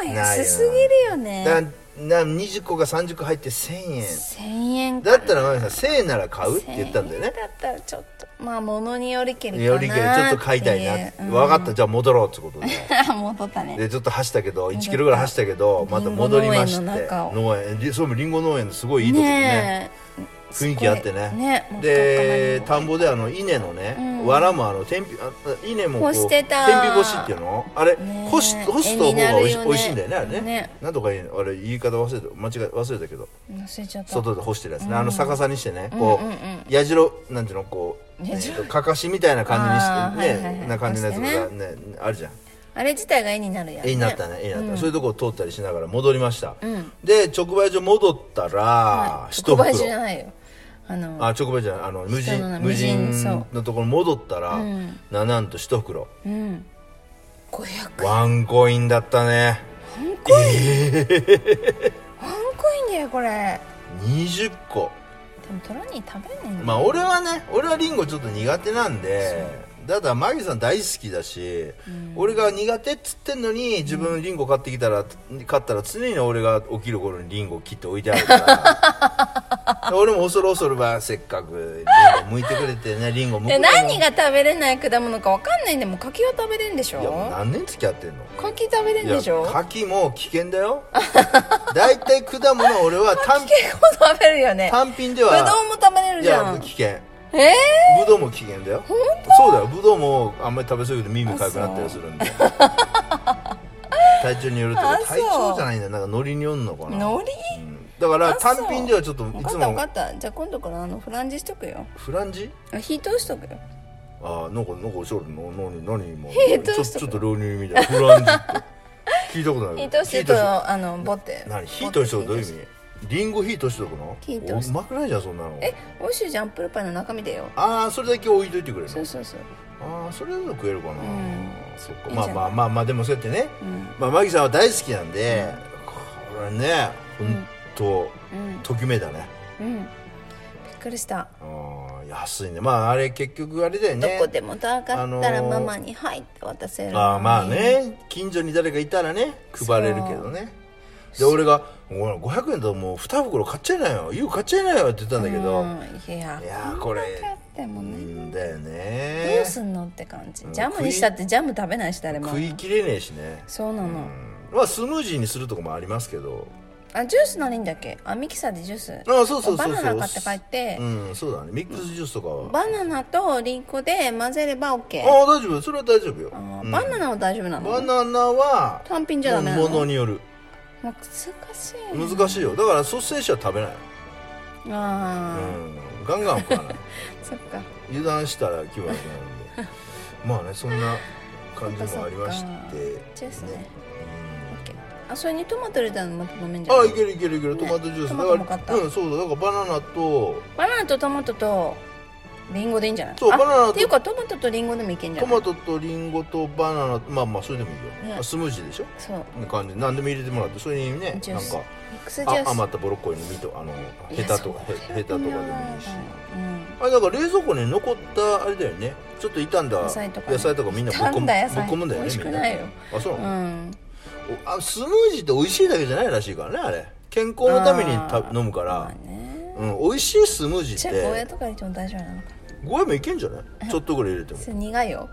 [SPEAKER 2] 円は安すぎるよね
[SPEAKER 3] だな20個か30個入って1000円
[SPEAKER 2] 1000円
[SPEAKER 3] だったらマミさん1000円なら買うって言ったんだよね
[SPEAKER 2] 1000円だったらちょっとまあ物によりけりかな
[SPEAKER 3] よりけりちょっと買いたいな
[SPEAKER 2] ってう
[SPEAKER 3] 分
[SPEAKER 2] ん
[SPEAKER 3] かったじゃあ戻ろうってことで
[SPEAKER 2] 戻ったね
[SPEAKER 3] でちょっと走ったけど1キロぐらい走ったけどまた戻りまし
[SPEAKER 2] リン
[SPEAKER 3] て
[SPEAKER 2] ゴ農園の中を
[SPEAKER 3] 農園りそれもりんご農園のすごいいいとこね
[SPEAKER 2] ねえ
[SPEAKER 3] 雰囲気あってね
[SPEAKER 2] すごいねもっと
[SPEAKER 3] で
[SPEAKER 2] 他
[SPEAKER 3] 田
[SPEAKER 2] に
[SPEAKER 3] ん
[SPEAKER 2] も
[SPEAKER 3] ぼであの稲のね、
[SPEAKER 2] うん
[SPEAKER 3] 藁もあの天日あ稲もこう
[SPEAKER 2] 干してた
[SPEAKER 3] 天日干しっていうのあれ、
[SPEAKER 2] ねえ
[SPEAKER 3] 干し干すと方がおい
[SPEAKER 2] 絵
[SPEAKER 3] し,、
[SPEAKER 2] になるよね
[SPEAKER 3] おいしいんだよねあれね
[SPEAKER 2] ね
[SPEAKER 3] なんとか言うのあれ言い方忘れた間違え忘れたけど
[SPEAKER 2] 忘れちゃった
[SPEAKER 3] 外で干してるやつね、あの逆さにしてね
[SPEAKER 2] うん
[SPEAKER 3] こう、
[SPEAKER 2] うんうん
[SPEAKER 3] やじろなんていうのこう、
[SPEAKER 2] やじろ
[SPEAKER 3] えーとかかしみたいな感じにして
[SPEAKER 2] あー
[SPEAKER 3] ね、
[SPEAKER 2] はいはいはい
[SPEAKER 3] な感じのやつが
[SPEAKER 2] 干
[SPEAKER 3] ねあるじゃん
[SPEAKER 2] あれ自体が絵になるやつね
[SPEAKER 3] 絵になったね絵になった、
[SPEAKER 2] うん
[SPEAKER 3] そういうとこを通ったりしながら戻りました、
[SPEAKER 2] ん
[SPEAKER 3] で直売所戻ったら一
[SPEAKER 2] 直
[SPEAKER 3] 袋
[SPEAKER 2] 売所じゃないよあの
[SPEAKER 3] あ直売じゃないあの無
[SPEAKER 2] 人の
[SPEAKER 3] 人
[SPEAKER 2] な
[SPEAKER 3] 無人
[SPEAKER 2] 無人
[SPEAKER 3] のところ戻ったら、
[SPEAKER 2] うん
[SPEAKER 3] ななんと一袋
[SPEAKER 2] うん500円
[SPEAKER 3] ワンコインだったね
[SPEAKER 2] ワンコイン、ワンコインだよこれ
[SPEAKER 3] 20個
[SPEAKER 2] でもトラに食べないんだよ
[SPEAKER 3] まあ俺はね俺はリンゴちょっと苦手なんでただマギさん大好きだし、俺が苦手っつってんのに自分リンゴ買ってきたら、買ったら常に俺が起きる頃にリンゴ切って置いてあるか ら俺も恐る恐るばせっかくリンゴ剥いてくれてねリンゴ剥く
[SPEAKER 2] で
[SPEAKER 3] れ
[SPEAKER 2] 何が食べれない果物かわかんないんでもう柿は食べれんでし
[SPEAKER 3] いやもう
[SPEAKER 2] ょ
[SPEAKER 3] 何年付き合ってんの
[SPEAKER 2] 柿食べれん
[SPEAKER 3] い
[SPEAKER 2] でしょ
[SPEAKER 3] や柿も危険だよ 大体果物は俺は単
[SPEAKER 2] 結構食べるよね
[SPEAKER 3] 単品で
[SPEAKER 2] ぶ
[SPEAKER 3] は
[SPEAKER 2] どうも食べれる
[SPEAKER 3] い
[SPEAKER 2] じゃ
[SPEAKER 3] や
[SPEAKER 2] ん
[SPEAKER 3] 危険
[SPEAKER 2] ええ
[SPEAKER 3] ぶどうも危険だよそうだよぶどうもあんまり食べ過ぎると耳かゆくなったりする んで体調によるとか
[SPEAKER 2] あそう
[SPEAKER 3] 体調じゃないんだよなんかノリによんのかな
[SPEAKER 2] 海苔
[SPEAKER 3] うんだから
[SPEAKER 2] あそう
[SPEAKER 3] 単品ではちょっと
[SPEAKER 2] 分
[SPEAKER 3] い
[SPEAKER 2] か
[SPEAKER 3] つ
[SPEAKER 2] った分
[SPEAKER 3] も
[SPEAKER 2] かったじゃあ今度からあのフランジしとくよ
[SPEAKER 3] フランジ
[SPEAKER 2] あ火通しとくよ
[SPEAKER 3] あーなんかなんかおしゃれの何何今
[SPEAKER 2] え
[SPEAKER 3] ち
[SPEAKER 2] ど
[SPEAKER 3] ょ
[SPEAKER 2] うした
[SPEAKER 3] ちょっと浪人みたいなフランジって聞いたことない
[SPEAKER 2] 火通し
[SPEAKER 3] ヒ
[SPEAKER 2] て
[SPEAKER 3] ート
[SPEAKER 2] と
[SPEAKER 3] ショー
[SPEAKER 2] あのボテ
[SPEAKER 3] 何火と一緒どういう意味リンゴ火通しとくの
[SPEAKER 2] 火通し
[SPEAKER 3] うまくないじゃんそんなの
[SPEAKER 2] え美味しいじゃんアップルパイの中身だよ
[SPEAKER 3] ああそれだけ置いといてくれる
[SPEAKER 2] そ
[SPEAKER 3] の
[SPEAKER 2] うそうそう
[SPEAKER 3] ああそれだと食えるかな、
[SPEAKER 2] ん
[SPEAKER 3] そっ
[SPEAKER 2] い
[SPEAKER 3] か
[SPEAKER 2] いん
[SPEAKER 3] ま
[SPEAKER 2] じゃな
[SPEAKER 3] あ
[SPEAKER 2] い
[SPEAKER 3] まあまあまあでもそうやってね、
[SPEAKER 2] うん
[SPEAKER 3] まあ、マギさんは大好きなんで、これねほんと、
[SPEAKER 2] うん
[SPEAKER 3] ときめいだね
[SPEAKER 2] うんびっくりした
[SPEAKER 3] あー安いねまああれ結局あれだよ
[SPEAKER 2] ど
[SPEAKER 3] ね
[SPEAKER 2] こでも高か
[SPEAKER 3] あ
[SPEAKER 2] っ
[SPEAKER 3] の
[SPEAKER 2] たら
[SPEAKER 3] ー
[SPEAKER 2] ママに「はい」って渡せるのに
[SPEAKER 3] ああまあね近所に誰かいたらね配れるけどねで俺が「おい500円だともう2袋買っちゃいなよ優買っちゃいなよ」って言ったんだけど、
[SPEAKER 2] うんいや
[SPEAKER 3] いやーこれ
[SPEAKER 2] 高くても
[SPEAKER 3] いい
[SPEAKER 2] ね
[SPEAKER 3] んだよ
[SPEAKER 2] ど
[SPEAKER 3] ね
[SPEAKER 2] うすんのって感じ
[SPEAKER 3] ん
[SPEAKER 2] ジャムにしたってジャム食べないし誰も
[SPEAKER 3] 食いきれねえしね
[SPEAKER 2] そうなの
[SPEAKER 3] うんまあスムージーにするとこもありますけど
[SPEAKER 2] あジュースならいいんだっけあミキサーでジュース
[SPEAKER 3] ああそうそうそうそう
[SPEAKER 2] バナナ買って帰って
[SPEAKER 3] うんそうだねミックスジュースとかは、あ
[SPEAKER 2] バナナとリンゴで混ぜれば OK
[SPEAKER 3] あ大丈夫それは大丈夫よ、
[SPEAKER 2] あ
[SPEAKER 3] うん
[SPEAKER 2] ーバナナは大丈夫な
[SPEAKER 3] バ
[SPEAKER 2] の
[SPEAKER 3] ナナは
[SPEAKER 2] 単品じゃダメな
[SPEAKER 3] もの
[SPEAKER 2] の
[SPEAKER 3] による
[SPEAKER 2] 難しいね
[SPEAKER 3] 難しいよだからソーセージは食べない、う
[SPEAKER 2] あ
[SPEAKER 3] ん、ガンガン食わない
[SPEAKER 2] あそっか
[SPEAKER 3] 油断したら気分悪くなるんでまあねそんな感じもありまし
[SPEAKER 2] そっか
[SPEAKER 3] て
[SPEAKER 2] ジュース
[SPEAKER 3] ね
[SPEAKER 2] ね OK あそれにトマト入れたらまた飲めんじゃ
[SPEAKER 3] あ
[SPEAKER 2] ない
[SPEAKER 3] いけるいけるいけるトマトジュー
[SPEAKER 2] ね
[SPEAKER 3] ス、
[SPEAKER 2] トマトも買
[SPEAKER 3] だ
[SPEAKER 2] っ
[SPEAKER 3] か
[SPEAKER 2] た
[SPEAKER 3] らうんそうだだからバナナと
[SPEAKER 2] バナナとトマトとリンゴでいいんじゃない
[SPEAKER 3] そう
[SPEAKER 2] あ
[SPEAKER 3] バナナと
[SPEAKER 2] っていうかトマトとリンゴでもいけんじゃ
[SPEAKER 3] ト
[SPEAKER 2] ない
[SPEAKER 3] マトとリンゴとバナナまあまあそれでもいいよ、
[SPEAKER 2] ね
[SPEAKER 3] あスムージーでしょ
[SPEAKER 2] そう
[SPEAKER 3] こんな感じで何でも入れてもらってそれにね
[SPEAKER 2] ジュ
[SPEAKER 3] な
[SPEAKER 2] ー
[SPEAKER 3] ん
[SPEAKER 2] ス
[SPEAKER 3] か
[SPEAKER 2] ミックスジュース
[SPEAKER 3] あ余ったブロッコリーの実とあのヘタとかへヘタとかでもいいし
[SPEAKER 2] うん
[SPEAKER 3] あれだから冷蔵庫に残ったあれだよねちょっと傷んだ
[SPEAKER 2] 野菜とかね
[SPEAKER 3] みんなぶっ
[SPEAKER 2] 傷
[SPEAKER 3] 込
[SPEAKER 2] ん
[SPEAKER 3] む
[SPEAKER 2] だ野
[SPEAKER 3] ぶっ
[SPEAKER 2] 菜
[SPEAKER 3] 込むんだよね
[SPEAKER 2] 美味し
[SPEAKER 3] み
[SPEAKER 2] く
[SPEAKER 3] んな
[SPEAKER 2] ないよ
[SPEAKER 3] あそう
[SPEAKER 2] う
[SPEAKER 3] なの、
[SPEAKER 2] ん
[SPEAKER 3] おあスムージーって美味しいだけじゃないらしいからねあれ健康のためにた
[SPEAKER 2] あー
[SPEAKER 3] 飲むか
[SPEAKER 2] ま
[SPEAKER 3] ら
[SPEAKER 2] あ、ね
[SPEAKER 3] うん、美味しいスムージ
[SPEAKER 2] じ
[SPEAKER 3] ー
[SPEAKER 2] ゃ
[SPEAKER 3] っ
[SPEAKER 2] あゴーヤ
[SPEAKER 3] て
[SPEAKER 2] とか入れても大丈夫なのか
[SPEAKER 3] ゴーヤもいけん じゃないちょっとぐらい入れても
[SPEAKER 2] それ苦いよ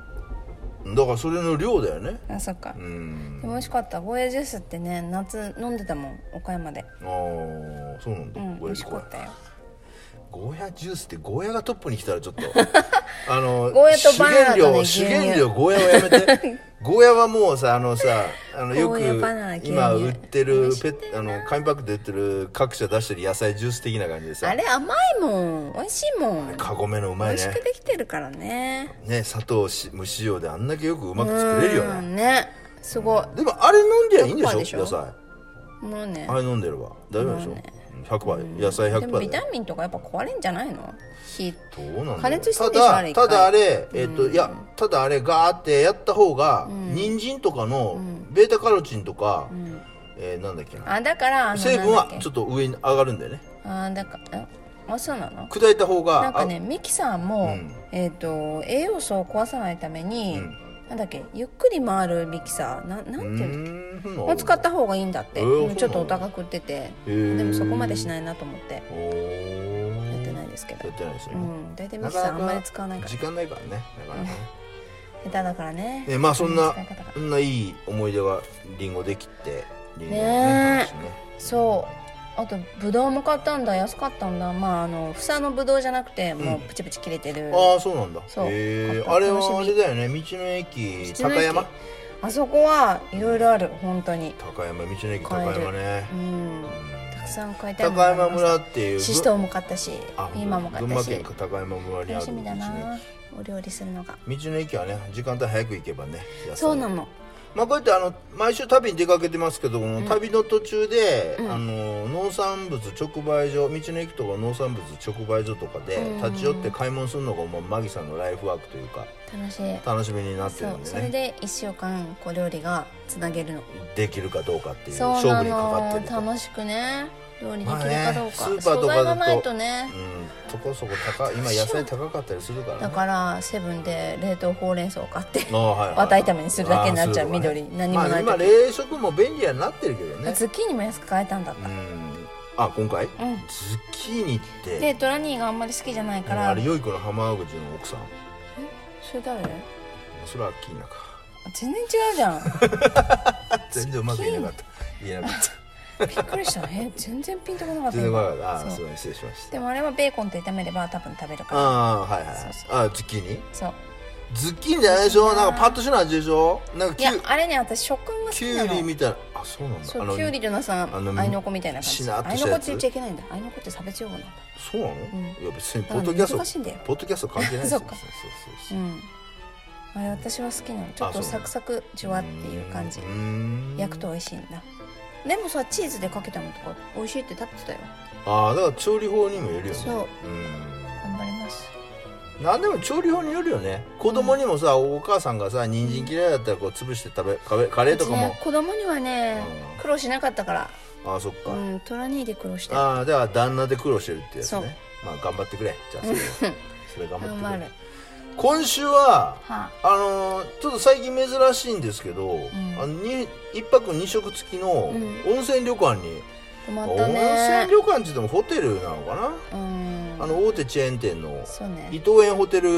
[SPEAKER 3] だからそれの量だよね
[SPEAKER 2] あそっか
[SPEAKER 3] う
[SPEAKER 2] で
[SPEAKER 3] ん
[SPEAKER 2] も美味しかったゴーヤジュースってね夏飲んでたもん岡山で
[SPEAKER 3] ああそうなん
[SPEAKER 2] う
[SPEAKER 3] だ、
[SPEAKER 2] ん美
[SPEAKER 3] ゴー
[SPEAKER 2] 味し
[SPEAKER 3] ヤ
[SPEAKER 2] かったよ
[SPEAKER 3] ゴーヤジュースってゴーヤがトップに来たらち ょっとあの
[SPEAKER 2] ゴーヤとバナナとね牛乳
[SPEAKER 3] 主原料主原料ゴーヤはや めてゴーヤはもうさあのさあのよ
[SPEAKER 2] ゴ
[SPEAKER 3] く
[SPEAKER 2] ーヤバナナ牛乳
[SPEAKER 3] 今売っ
[SPEAKER 2] 美
[SPEAKER 3] てる
[SPEAKER 2] 味しい
[SPEAKER 3] ペッあの紙パックで売ってる各社出してる野菜ジュース的な感じでさ
[SPEAKER 2] あれ甘いもん美味しいもん
[SPEAKER 3] カゴメのう
[SPEAKER 2] 美
[SPEAKER 3] まい
[SPEAKER 2] 味し
[SPEAKER 3] ね
[SPEAKER 2] くできてるからね
[SPEAKER 3] ね砂糖し無使用であんだけよくうまく作れるよ
[SPEAKER 2] う
[SPEAKER 3] ね
[SPEAKER 2] んねすごい
[SPEAKER 3] でもあれ飲んではいいんで
[SPEAKER 2] 100%で
[SPEAKER 3] し
[SPEAKER 2] し
[SPEAKER 3] ょ
[SPEAKER 2] ょ
[SPEAKER 3] 野菜
[SPEAKER 2] もうね
[SPEAKER 3] あれ飲んでれば大丈夫でしょ、
[SPEAKER 2] まあね
[SPEAKER 3] 100倍野菜
[SPEAKER 2] でも
[SPEAKER 3] 100
[SPEAKER 2] ビ
[SPEAKER 3] 倍だよ
[SPEAKER 2] タミンとかやっぱ壊れんじゃないの火
[SPEAKER 3] どうなんだろう
[SPEAKER 2] 加熱して
[SPEAKER 3] た
[SPEAKER 2] んでしょあ
[SPEAKER 3] だ
[SPEAKER 2] れ
[SPEAKER 3] た
[SPEAKER 2] 一
[SPEAKER 3] だ
[SPEAKER 2] 回
[SPEAKER 3] あれえっ、と、いやただあれガーってやった方が、人参とかのベータカロチンとか、えーなんだっけな
[SPEAKER 2] あだからあの
[SPEAKER 3] 成分
[SPEAKER 2] な
[SPEAKER 3] は
[SPEAKER 2] んだっ
[SPEAKER 3] ち
[SPEAKER 2] け
[SPEAKER 3] ょっと上に上がるんだよね
[SPEAKER 2] あだからえあそうなの
[SPEAKER 3] 砕いた方が
[SPEAKER 2] なんかねミキさんも、
[SPEAKER 3] うん
[SPEAKER 2] えっ、と栄養素を壊さないために、
[SPEAKER 3] うん
[SPEAKER 2] なんだっけゆっくり回るミキサーななんて
[SPEAKER 3] あう
[SPEAKER 2] いうの、
[SPEAKER 3] ーん
[SPEAKER 2] を使った方がいいんだって、
[SPEAKER 3] えー
[SPEAKER 2] うんちょっとお高く売っててでもそこまでしないなと思って
[SPEAKER 3] おー
[SPEAKER 2] やってないですけ
[SPEAKER 3] や
[SPEAKER 2] ど
[SPEAKER 3] ってないですよ
[SPEAKER 2] う
[SPEAKER 3] ね、
[SPEAKER 2] ん大体ミキサーあんまり使わないから
[SPEAKER 3] 時間ないからねなか
[SPEAKER 2] 下手だ
[SPEAKER 3] なかね
[SPEAKER 2] からね
[SPEAKER 3] ねまあそんな
[SPEAKER 2] 使い方が
[SPEAKER 3] そんないい思い出がりんごできてりんご
[SPEAKER 2] ねえ
[SPEAKER 3] ね
[SPEAKER 2] そうあとブドウも買ったんだ安かったんだまああの房のブドウじゃなくてもうプチプチ切れてる、
[SPEAKER 3] ああそうなんだ
[SPEAKER 2] そう
[SPEAKER 3] へえ
[SPEAKER 2] あ
[SPEAKER 3] あれ
[SPEAKER 2] 楽し
[SPEAKER 3] は
[SPEAKER 2] み
[SPEAKER 3] あれだよね道の駅
[SPEAKER 2] 道の
[SPEAKER 3] 高
[SPEAKER 2] 駅
[SPEAKER 3] 山
[SPEAKER 2] あそこはいろいろある本当に
[SPEAKER 3] 高山道の駅高山ね
[SPEAKER 2] うんたくさん買いたいもの
[SPEAKER 3] 高
[SPEAKER 2] がありま
[SPEAKER 3] 山
[SPEAKER 2] した
[SPEAKER 3] 村っていう
[SPEAKER 2] シシトウも買ったし
[SPEAKER 3] あ
[SPEAKER 2] ピーマンも買っ
[SPEAKER 3] 群
[SPEAKER 2] た
[SPEAKER 3] 馬
[SPEAKER 2] し
[SPEAKER 3] 県高山村にあ
[SPEAKER 2] 楽
[SPEAKER 3] る
[SPEAKER 2] し
[SPEAKER 3] 道
[SPEAKER 2] みだ
[SPEAKER 3] の
[SPEAKER 2] なお料理するのが
[SPEAKER 3] 駅道の駅はね時間帯早く行けばね野菜
[SPEAKER 2] そうなの
[SPEAKER 3] まあこうやってあの毎週旅に出かけてますけども、旅の途中で、あの農産物直売所道の駅とか農産物直売所とかで立ち寄って買い物するのがもうマギさんのライフワークというか
[SPEAKER 2] 楽しい
[SPEAKER 3] 楽しみになっ
[SPEAKER 2] そ
[SPEAKER 3] てる
[SPEAKER 2] うん
[SPEAKER 3] で
[SPEAKER 2] それ
[SPEAKER 3] ね
[SPEAKER 2] で1週間こう料理がつなげるの
[SPEAKER 3] できるかどうかっていう
[SPEAKER 2] そう
[SPEAKER 3] 勝
[SPEAKER 2] な
[SPEAKER 3] 負にかかって
[SPEAKER 2] の
[SPEAKER 3] ると
[SPEAKER 2] 楽しくね料理できるかどう
[SPEAKER 3] まあ
[SPEAKER 2] か
[SPEAKER 3] ねスーパーとかだと
[SPEAKER 2] 素材がないとね
[SPEAKER 3] うんそこそこ高い今野菜高かったりするから、ね、
[SPEAKER 2] だからセブンで冷凍ほうれん草を買って
[SPEAKER 3] ああはいはい
[SPEAKER 2] バタ炒めにするだけになっちゃう
[SPEAKER 3] ああそういう
[SPEAKER 2] 緑
[SPEAKER 3] こと
[SPEAKER 2] 何もない時
[SPEAKER 3] まあ、今冷食も便利になってるけどね
[SPEAKER 2] ズッキーニも安く買えたんだっ
[SPEAKER 3] う
[SPEAKER 2] た
[SPEAKER 3] んあ今回、
[SPEAKER 2] ん
[SPEAKER 3] ズッキーニって
[SPEAKER 2] でトラニーがあんまり好きじゃないか
[SPEAKER 3] あ
[SPEAKER 2] ら
[SPEAKER 3] れ良い子の浜口の奥さん
[SPEAKER 2] それ誰
[SPEAKER 3] それはアッキーナか
[SPEAKER 2] 全然違うじゃ ん
[SPEAKER 3] 全然うまく言えなかった言 えなかった
[SPEAKER 2] びっくりしたえ全然ピンとこなかった
[SPEAKER 3] 全然うまくなかったあ
[SPEAKER 2] そ
[SPEAKER 3] あ
[SPEAKER 2] う
[SPEAKER 3] すごい失礼しました
[SPEAKER 2] でもあれはベーコンと炒めれば多分食べるから
[SPEAKER 3] ああーはいはい
[SPEAKER 2] そう
[SPEAKER 3] あズッキーニ
[SPEAKER 2] そう
[SPEAKER 3] ズッキーニじゃないでしょなんかパッとしない味でしょなんか
[SPEAKER 2] い
[SPEAKER 3] きゅ
[SPEAKER 2] やあれね私食感が好
[SPEAKER 3] き
[SPEAKER 2] き
[SPEAKER 3] ゅ
[SPEAKER 2] な
[SPEAKER 3] うり
[SPEAKER 2] の
[SPEAKER 3] みたいなあそうなんだ
[SPEAKER 2] そ
[SPEAKER 3] あ
[SPEAKER 2] う
[SPEAKER 3] の
[SPEAKER 2] きゅうりのさ
[SPEAKER 3] あの
[SPEAKER 2] あいの子みたいな感
[SPEAKER 3] し
[SPEAKER 2] じ
[SPEAKER 3] なっと
[SPEAKER 2] あい
[SPEAKER 3] した
[SPEAKER 2] の子
[SPEAKER 3] や
[SPEAKER 2] って
[SPEAKER 3] つ
[SPEAKER 2] 言っちゃいけないんだあいの子って差別用語なんだ
[SPEAKER 3] そうなの、
[SPEAKER 2] ん
[SPEAKER 3] いや別に
[SPEAKER 2] だ
[SPEAKER 3] ポ
[SPEAKER 2] か
[SPEAKER 3] ッ
[SPEAKER 2] ら
[SPEAKER 3] ド
[SPEAKER 2] ね
[SPEAKER 3] キャスト
[SPEAKER 2] 難しいんだよ
[SPEAKER 3] ポッドキャスト関係ないです
[SPEAKER 2] そ
[SPEAKER 3] よ
[SPEAKER 2] っか
[SPEAKER 3] そうそうそ
[SPEAKER 2] う
[SPEAKER 3] うそうん
[SPEAKER 2] あれ私は好きなのちょっと
[SPEAKER 3] あそう
[SPEAKER 2] サクサクジュワっていう感じ
[SPEAKER 3] うーん
[SPEAKER 2] 焼くと美味しいんだでもさチーズでかけたのとか美味しいって立ってたよ
[SPEAKER 3] ああだから調理法にもよるよね
[SPEAKER 2] そう
[SPEAKER 3] う
[SPEAKER 2] 頑張ります
[SPEAKER 3] ん何でも調理法によるよね子供にもさ、お母さんがさ人参嫌いだったらこう潰して食べカレーカレーとか
[SPEAKER 2] うち
[SPEAKER 3] も
[SPEAKER 2] ね、子供にはね
[SPEAKER 3] うん
[SPEAKER 2] 苦労しなかったから
[SPEAKER 3] ああそっか、
[SPEAKER 2] うんトラ兄で苦労して
[SPEAKER 3] ああだから旦那で苦労してるってやつねまあ頑張ってくれじゃあそれそれ頑張
[SPEAKER 2] 頑
[SPEAKER 3] って
[SPEAKER 2] 張
[SPEAKER 3] く
[SPEAKER 2] る
[SPEAKER 3] れ今週は
[SPEAKER 2] は
[SPEAKER 3] あのーちょっと最近珍しいんですけど、
[SPEAKER 2] ん
[SPEAKER 3] あのに1泊2食付きの温泉旅館に、
[SPEAKER 2] あ止まっ
[SPEAKER 3] 温
[SPEAKER 2] た
[SPEAKER 3] 泉
[SPEAKER 2] ね
[SPEAKER 3] 旅館って言ってもホテルなのかな、
[SPEAKER 2] うん
[SPEAKER 3] あの大手チェーン店の
[SPEAKER 2] そう
[SPEAKER 3] 伊
[SPEAKER 2] ね
[SPEAKER 3] 東園ホテル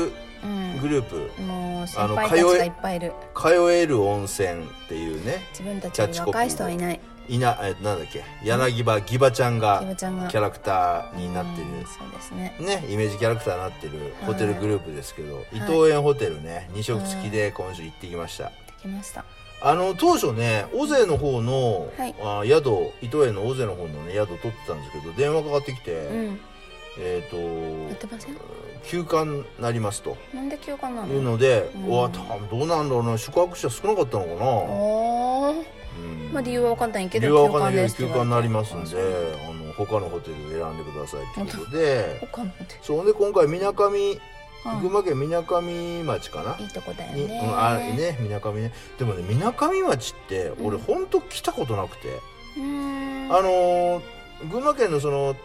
[SPEAKER 2] うん
[SPEAKER 3] グループ
[SPEAKER 2] もう先
[SPEAKER 3] あの
[SPEAKER 2] 輩たち
[SPEAKER 3] 通え
[SPEAKER 2] がいっぱいいる
[SPEAKER 3] 「通える温泉」っていうね
[SPEAKER 2] 自分たちより若い人はいない
[SPEAKER 3] いなえなんだっけ柳葉ギバちゃんが
[SPEAKER 2] キムちゃんが
[SPEAKER 3] キャラクターになって
[SPEAKER 2] うん
[SPEAKER 3] る
[SPEAKER 2] そうですね
[SPEAKER 3] ね、イメージキャラクターになってるホテルグループですけど、伊
[SPEAKER 2] い
[SPEAKER 3] 東園ホテルね2食付きで今週行ってきました、
[SPEAKER 2] できました
[SPEAKER 3] あの当初ね尾瀬の方の、
[SPEAKER 2] はい
[SPEAKER 3] あ宿伊東園の尾瀬の方のね宿取ってたんですけど電話かかってきて、
[SPEAKER 2] うん
[SPEAKER 3] えっ、
[SPEAKER 2] やっ
[SPEAKER 3] と
[SPEAKER 2] てません
[SPEAKER 3] 休館になりますと
[SPEAKER 2] なんで休暇な
[SPEAKER 3] いう
[SPEAKER 2] の
[SPEAKER 3] ので、
[SPEAKER 2] うん
[SPEAKER 3] うわ多分どうなんだろうな宿泊者少なかったのか
[SPEAKER 2] おー
[SPEAKER 3] な、うん
[SPEAKER 2] まあ理由は分かんないけ
[SPEAKER 3] 理
[SPEAKER 2] ど
[SPEAKER 3] 由は分かんないけど
[SPEAKER 2] です
[SPEAKER 3] 休館になりますんで
[SPEAKER 2] あ
[SPEAKER 3] あの他のホテルを選んでくださいということで
[SPEAKER 2] そう分かんないって
[SPEAKER 3] そうで今回みなかみ
[SPEAKER 2] うん
[SPEAKER 3] 群馬県みなかみ町かな、
[SPEAKER 2] いいとこだよ
[SPEAKER 3] にう
[SPEAKER 2] ね
[SPEAKER 3] ん、あねみなかみねでもねみなかみ町って俺
[SPEAKER 2] うん
[SPEAKER 3] ほんと来たことなくて、
[SPEAKER 2] うーん
[SPEAKER 3] あのー群馬県のその、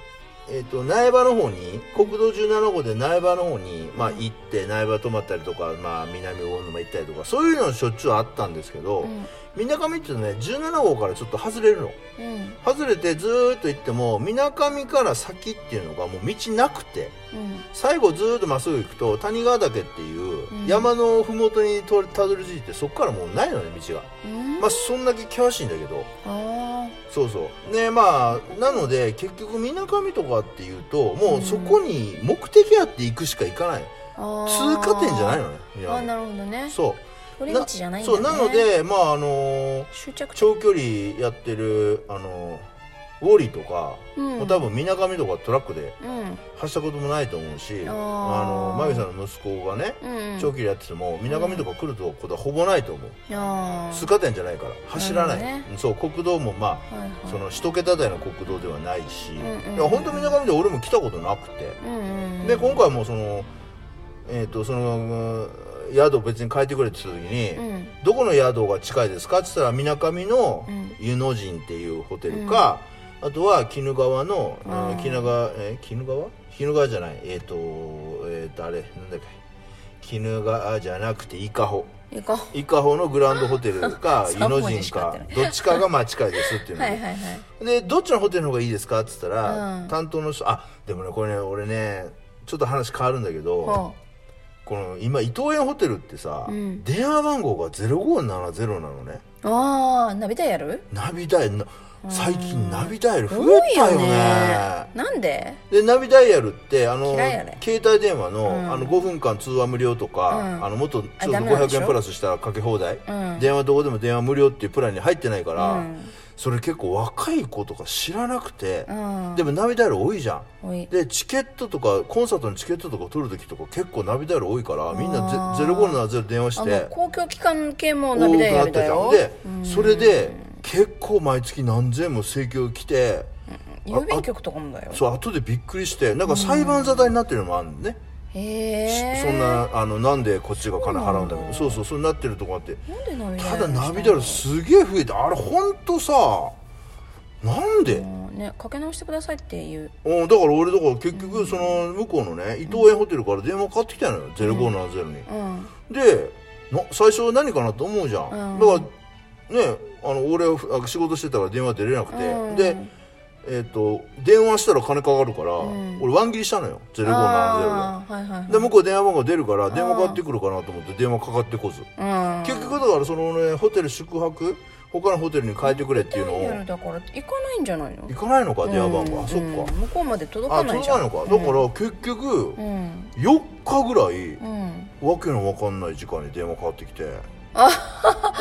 [SPEAKER 3] えっと苗場の方に国道17号で苗場の方に、まあ、行って苗場泊まったりとか、まあ、南魚沼行ったりとかそういうのしょっちゅうあったんですけど
[SPEAKER 2] うん
[SPEAKER 3] みなかみってね17号からちょっと外れるの
[SPEAKER 2] うん
[SPEAKER 3] 外れてずーっと行ってもみなかみから先っていうのがもう道なくて。
[SPEAKER 2] うん
[SPEAKER 3] 最後ずーっとまっすぐ行くと谷川岳っていう
[SPEAKER 2] うん
[SPEAKER 3] 山のふもとにとたどり着いてそこからもうないのね道が
[SPEAKER 2] うん
[SPEAKER 3] まあそんだけ険しいんだけど
[SPEAKER 2] あ
[SPEAKER 3] そうそうねまあなので結局みなかみとかっていうともうそこに目的あって行くしか行かない
[SPEAKER 2] ーあ
[SPEAKER 3] 通過点じゃない
[SPEAKER 2] の
[SPEAKER 3] のねみ
[SPEAKER 2] あー
[SPEAKER 3] なか
[SPEAKER 2] なるほどね
[SPEAKER 3] みそ
[SPEAKER 2] 通
[SPEAKER 3] う
[SPEAKER 2] り道じゃないんだ
[SPEAKER 3] そ
[SPEAKER 2] ね
[SPEAKER 3] うなのでまああのー
[SPEAKER 2] 終着点
[SPEAKER 3] 長距離やってるあのーウォーリーとか
[SPEAKER 2] うん
[SPEAKER 3] もう多分みなかみとかトラックで
[SPEAKER 2] うん
[SPEAKER 3] 走ったこともないと思うし
[SPEAKER 2] あー
[SPEAKER 3] あのマギさんの息子がね
[SPEAKER 2] うん
[SPEAKER 3] 長距離やっててもみなかみとか来るとことはほぼないと思う
[SPEAKER 2] あ
[SPEAKER 3] 通過点じゃないから走らない、
[SPEAKER 2] なるほど
[SPEAKER 3] そう国道もま
[SPEAKER 2] あはいはい
[SPEAKER 3] あその一桁台の国道ではないし、
[SPEAKER 2] んうんうん
[SPEAKER 3] いや本当みなかみで俺も来たことなくて、
[SPEAKER 2] うんうんうん
[SPEAKER 3] で今回もそのえっ、とそのうん宿を別に変えてくれって言った時に、
[SPEAKER 2] うん
[SPEAKER 3] どこの宿が近いですかって言ったらみなかみの
[SPEAKER 2] うん
[SPEAKER 3] 湯の陣っていうホテルか、あとは鬼怒川の
[SPEAKER 2] あー
[SPEAKER 3] 鬼怒川えー鬼怒川鬼怒川じゃないえっ、とえっ、とあれなんだっけ鬼怒川じゃなくて伊香保
[SPEAKER 2] 行こ
[SPEAKER 3] 伊香保のグランドホテルか湯
[SPEAKER 2] 三
[SPEAKER 3] の
[SPEAKER 2] 文字
[SPEAKER 3] 陣
[SPEAKER 2] しか合っ
[SPEAKER 3] か
[SPEAKER 2] てない
[SPEAKER 3] どっちかがまあ近いですっていう
[SPEAKER 2] う
[SPEAKER 3] の
[SPEAKER 2] は
[SPEAKER 3] で
[SPEAKER 2] いはいはい
[SPEAKER 3] でどっちのホテルの方がいいですかって言ったら、
[SPEAKER 2] うん
[SPEAKER 3] 担当の人あでもねこれね俺ねちょっと話変わるんだけど、
[SPEAKER 2] ほ
[SPEAKER 3] この今伊東園ホテルってさ、
[SPEAKER 2] うん
[SPEAKER 3] 電話番号が0570なのね
[SPEAKER 2] うああナビダイヤル
[SPEAKER 3] ナビダイヤルな最近ナビダイヤル増
[SPEAKER 2] 多
[SPEAKER 3] え
[SPEAKER 2] い
[SPEAKER 3] た
[SPEAKER 2] よ
[SPEAKER 3] よね
[SPEAKER 2] ねなんで
[SPEAKER 3] でナビダイヤルってあの
[SPEAKER 2] 嫌いやね
[SPEAKER 3] 携帯電話の,、
[SPEAKER 2] ん
[SPEAKER 3] あの5分間通話無料とか、
[SPEAKER 2] うん
[SPEAKER 3] あのもっとちょっと
[SPEAKER 2] ダメなんでしょ
[SPEAKER 3] 500円プラスしたらかけ放題、
[SPEAKER 2] うん
[SPEAKER 3] 電話どこでも電話無料っていうプランに入ってないから、
[SPEAKER 2] うん
[SPEAKER 3] それ結構若い子とか知らなくて、
[SPEAKER 2] うん
[SPEAKER 3] でもナビダイヤル多いじゃん
[SPEAKER 2] おい
[SPEAKER 3] でチケットとかコンサートのチケットとか取るときとか結構ナビダイヤル多いからみんな
[SPEAKER 2] あ
[SPEAKER 3] ゼ
[SPEAKER 2] ー
[SPEAKER 3] 0570電話し
[SPEAKER 2] あ
[SPEAKER 3] て
[SPEAKER 2] の公共機関系もナ
[SPEAKER 3] 多
[SPEAKER 2] ビ
[SPEAKER 3] く
[SPEAKER 2] ダイ
[SPEAKER 3] な
[SPEAKER 2] ヤ
[SPEAKER 3] っ
[SPEAKER 2] ル
[SPEAKER 3] て
[SPEAKER 2] だ
[SPEAKER 3] たん
[SPEAKER 2] よ
[SPEAKER 3] でそれで結構毎月何千も請求来て
[SPEAKER 2] 郵便局とかもだよ
[SPEAKER 3] そう後でびっくりしてなんか裁判沙汰になってるのもあるのね、
[SPEAKER 2] へ
[SPEAKER 3] し
[SPEAKER 2] え
[SPEAKER 3] そんなあのなんでこっちが金払うんだけどそうそうそうなってるとこあって
[SPEAKER 2] なんでナビダイヤ
[SPEAKER 3] た
[SPEAKER 2] ル
[SPEAKER 3] だナビダイヤルすげえ増えてあれほんとさなんで、
[SPEAKER 2] ルねかけ直してくださいっていう
[SPEAKER 3] うん、だから俺だから結局その向こうのね伊東園ホテルから電話かかってきたのよ0570に、
[SPEAKER 2] うん
[SPEAKER 3] でな最初何かなと思うじゃん、
[SPEAKER 2] うん
[SPEAKER 3] だからねあの俺はあ仕事してたから電話出れなくて、
[SPEAKER 2] うん
[SPEAKER 3] でえっ、と電話したら金かかるから、
[SPEAKER 2] ん
[SPEAKER 3] 俺ワン切りしたのよ0570が
[SPEAKER 2] あーはいはいはい
[SPEAKER 3] で向こう電話番号出るから電話かかってくるかなと思って電話かかってこず
[SPEAKER 2] うん
[SPEAKER 3] 結局だからそのねホテル宿泊他のホテルに変えてくれっていうの
[SPEAKER 2] ナビダイヤ
[SPEAKER 3] を
[SPEAKER 2] ルだから行かないんじゃないの
[SPEAKER 3] 行かないのか電話番号
[SPEAKER 2] う
[SPEAKER 3] あ
[SPEAKER 2] ん
[SPEAKER 3] そっ
[SPEAKER 2] うん向こうまで届
[SPEAKER 3] かあ
[SPEAKER 2] か
[SPEAKER 3] 届
[SPEAKER 2] ないじ
[SPEAKER 3] か
[SPEAKER 2] ゃ
[SPEAKER 3] ない
[SPEAKER 2] ん
[SPEAKER 3] のかだから結局
[SPEAKER 2] うん
[SPEAKER 3] 4日ぐらい
[SPEAKER 2] うん
[SPEAKER 3] わけのわかんない時間に電話かかってきて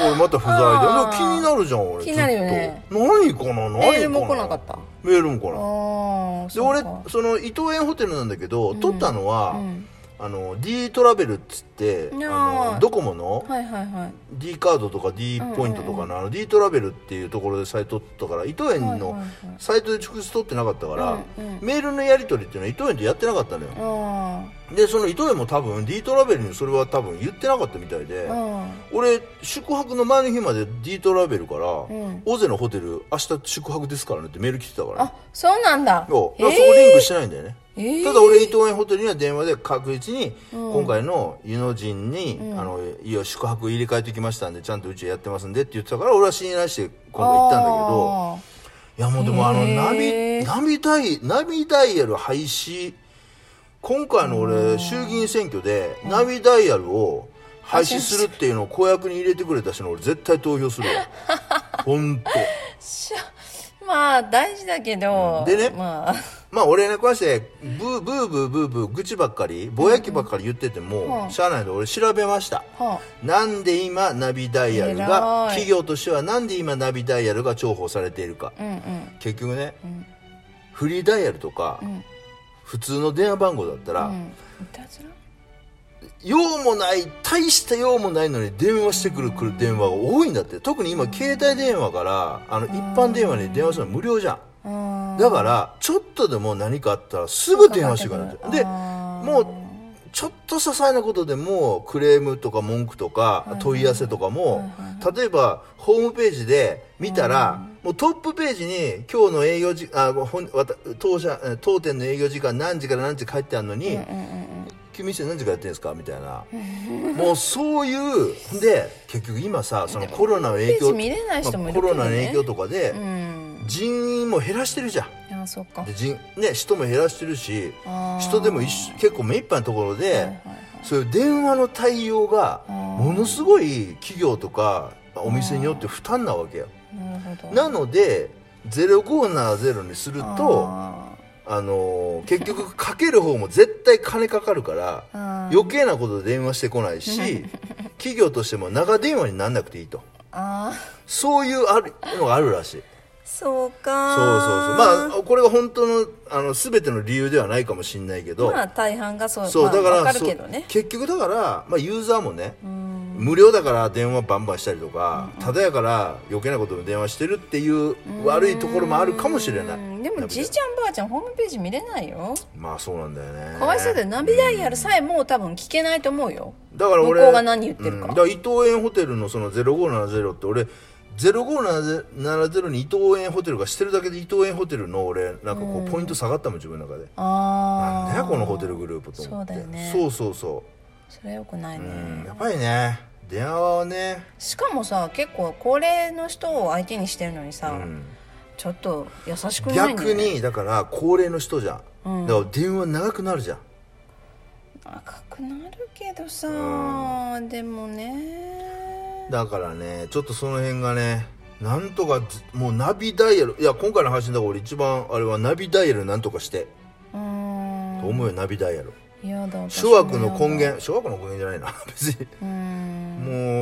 [SPEAKER 3] 俺また不在で
[SPEAKER 2] あー
[SPEAKER 3] で気になるじゃん俺
[SPEAKER 2] 気になるよね
[SPEAKER 3] ずっと何かな何かな
[SPEAKER 2] メールも来なかった
[SPEAKER 3] メールも来
[SPEAKER 2] あ
[SPEAKER 3] ない
[SPEAKER 2] ー
[SPEAKER 3] で
[SPEAKER 2] そう
[SPEAKER 3] 俺
[SPEAKER 2] か
[SPEAKER 3] その伊東園ホテルなんだけど、
[SPEAKER 2] ん
[SPEAKER 3] 取ったのは、
[SPEAKER 2] うん
[SPEAKER 3] あの D トラベルっつって
[SPEAKER 2] いやー
[SPEAKER 3] あのドコモの
[SPEAKER 2] はいはいはい
[SPEAKER 3] D カードとか D ポイントとかのあの D トラベルっていうところでサイト取ったから伊藤園
[SPEAKER 2] は
[SPEAKER 3] の
[SPEAKER 2] いはいはい
[SPEAKER 3] サイトで直接取ってなかったから
[SPEAKER 2] うんうん
[SPEAKER 3] メールのやり取りっていうのは伊藤園とやってなかったのよ
[SPEAKER 2] あ
[SPEAKER 3] でその伊藤園も多分 D トラベルにそれは多分言ってなかったみたいで
[SPEAKER 2] あうん
[SPEAKER 3] 俺宿泊の前の日まで D トラベルから
[SPEAKER 2] ん
[SPEAKER 3] 大勢のホテル明日宿泊ですからねってメール来てたからね
[SPEAKER 2] あそうなんだ
[SPEAKER 3] そうだからそこリンクしてないんだよね
[SPEAKER 2] えー
[SPEAKER 3] ただ俺伊東園ホテルには電話で確実に今回の湯の陣に、あのいや宿泊入れ替えてきましたんでちゃんとうちやってますんでって言ってたから俺は信頼して今回行ったんだけど
[SPEAKER 2] あー
[SPEAKER 3] いやもうでもあのナ
[SPEAKER 2] へー
[SPEAKER 3] ビナビダイナビダイヤル廃止今回の俺衆議院選挙でナビダイヤルを廃止するっていうのを公約に入れてくれた人の俺絶対投票する わ本当。
[SPEAKER 2] しゃまあ大事だけど、
[SPEAKER 3] うんでね
[SPEAKER 2] まあ、
[SPEAKER 3] まあ俺に関してブーブーブーブーブー愚痴ばっかりぼやきばっかり言ってても、
[SPEAKER 2] うん
[SPEAKER 3] しゃあないで俺調べました、
[SPEAKER 2] は
[SPEAKER 3] なんで今ナビダイヤルが
[SPEAKER 2] 偉い
[SPEAKER 3] 企業としてはなんで今ナビダイヤルが重宝されているか、
[SPEAKER 2] あ、うんうん
[SPEAKER 3] 結局ね、フリーダイヤルとか、
[SPEAKER 2] ん
[SPEAKER 3] 普通の電話番号だったら、
[SPEAKER 2] うんいたずら
[SPEAKER 3] 用もない大した用もないのに電話してくる来る電話が多いんだって特に今携帯電話からあの一般電話に電話するの無料じゃん
[SPEAKER 2] うん
[SPEAKER 3] だからちょっとでも何かあったらすぐ電話してくれってで
[SPEAKER 2] あー
[SPEAKER 3] もうちょっと些細なことでもクレームとか文句とか問い合わせとかも例えばホームページで見たらもうトップページに今日の営業時あ本わた当社え当店の営業時間何時から何時書いてあるのに君店何時からやってるんですかみたいなもうそういうで結局今さそのコロナの
[SPEAKER 2] ホ
[SPEAKER 3] 影
[SPEAKER 2] ー
[SPEAKER 3] 響
[SPEAKER 2] ムページ見れない人もいる
[SPEAKER 3] コ
[SPEAKER 2] けどね
[SPEAKER 3] ロナの影響とかで
[SPEAKER 2] うん
[SPEAKER 3] 人員も減らしてるじゃん
[SPEAKER 2] いやそっか
[SPEAKER 3] で人,、ね、人も減らしてるし
[SPEAKER 2] あー
[SPEAKER 3] 人でも一緒結構目いっぱいのところで、
[SPEAKER 2] はいはい
[SPEAKER 3] そういう電話の対応がものすごい企業とかお店によって負担なわけよ
[SPEAKER 2] なるほど
[SPEAKER 3] なので0570にするとあ
[SPEAKER 2] あ
[SPEAKER 3] のー結局かける方も絶対金かかるから
[SPEAKER 2] ー
[SPEAKER 3] 余計なことで電話してこな いし企業としても長電話にならなくていいと
[SPEAKER 2] あー
[SPEAKER 3] そういうあるのがあるらしい
[SPEAKER 2] そう
[SPEAKER 3] そ
[SPEAKER 2] か
[SPEAKER 3] うそうそうまあこれが本当のあの全ての理由ではないかもしれないけど、
[SPEAKER 2] まあ大半がそう
[SPEAKER 3] そう、
[SPEAKER 2] まあ
[SPEAKER 3] だから
[SPEAKER 2] わかる
[SPEAKER 3] そう
[SPEAKER 2] けどね
[SPEAKER 3] 結局だから、まあ、ユーザーもね無料だから電話バンバンしたりとか、ただやから余計なことで電話してるっていう悪いところもあるかもしれな
[SPEAKER 2] う
[SPEAKER 3] い
[SPEAKER 2] んでもじいちゃんばあちゃんホームページ見れないよ
[SPEAKER 3] まあそうなんだよね
[SPEAKER 2] かわいそうだよナビダイヤルさえもう多分聞けないと思うよ
[SPEAKER 3] だから俺
[SPEAKER 2] 向こうが何言ってるか
[SPEAKER 3] うんだから伊東園ホテルのその0570って俺0570に伊東園ホテルがしてるだけで伊東園ホテルの俺なんかこうポイント下がったもん自分の中で
[SPEAKER 2] ああ
[SPEAKER 3] なんだよこのホテルグループと思って
[SPEAKER 2] そうだよね
[SPEAKER 3] そうそうそ、
[SPEAKER 2] それはよくないうね、
[SPEAKER 3] うん、やっぱりね電話はね
[SPEAKER 2] しかもさ結構高齢の人を相手にしてるのにさ、
[SPEAKER 3] うん
[SPEAKER 2] ちょっと優しくないんだ
[SPEAKER 3] 逆
[SPEAKER 2] よね
[SPEAKER 3] にだから高齢の人じゃん、だから電話長くなるじゃん
[SPEAKER 2] 赤くなるけどさ、でもね
[SPEAKER 3] だからねちょっとその辺がねなんとかずもうナビダイヤルいや今回の配信だから俺一番あれはナビダイヤルなんとかして、
[SPEAKER 2] うーん
[SPEAKER 3] と思うよナビダイヤル
[SPEAKER 2] 嫌だ私
[SPEAKER 3] 諸
[SPEAKER 2] も
[SPEAKER 3] 悪の根源諸悪の根源じゃない な別に
[SPEAKER 2] うーん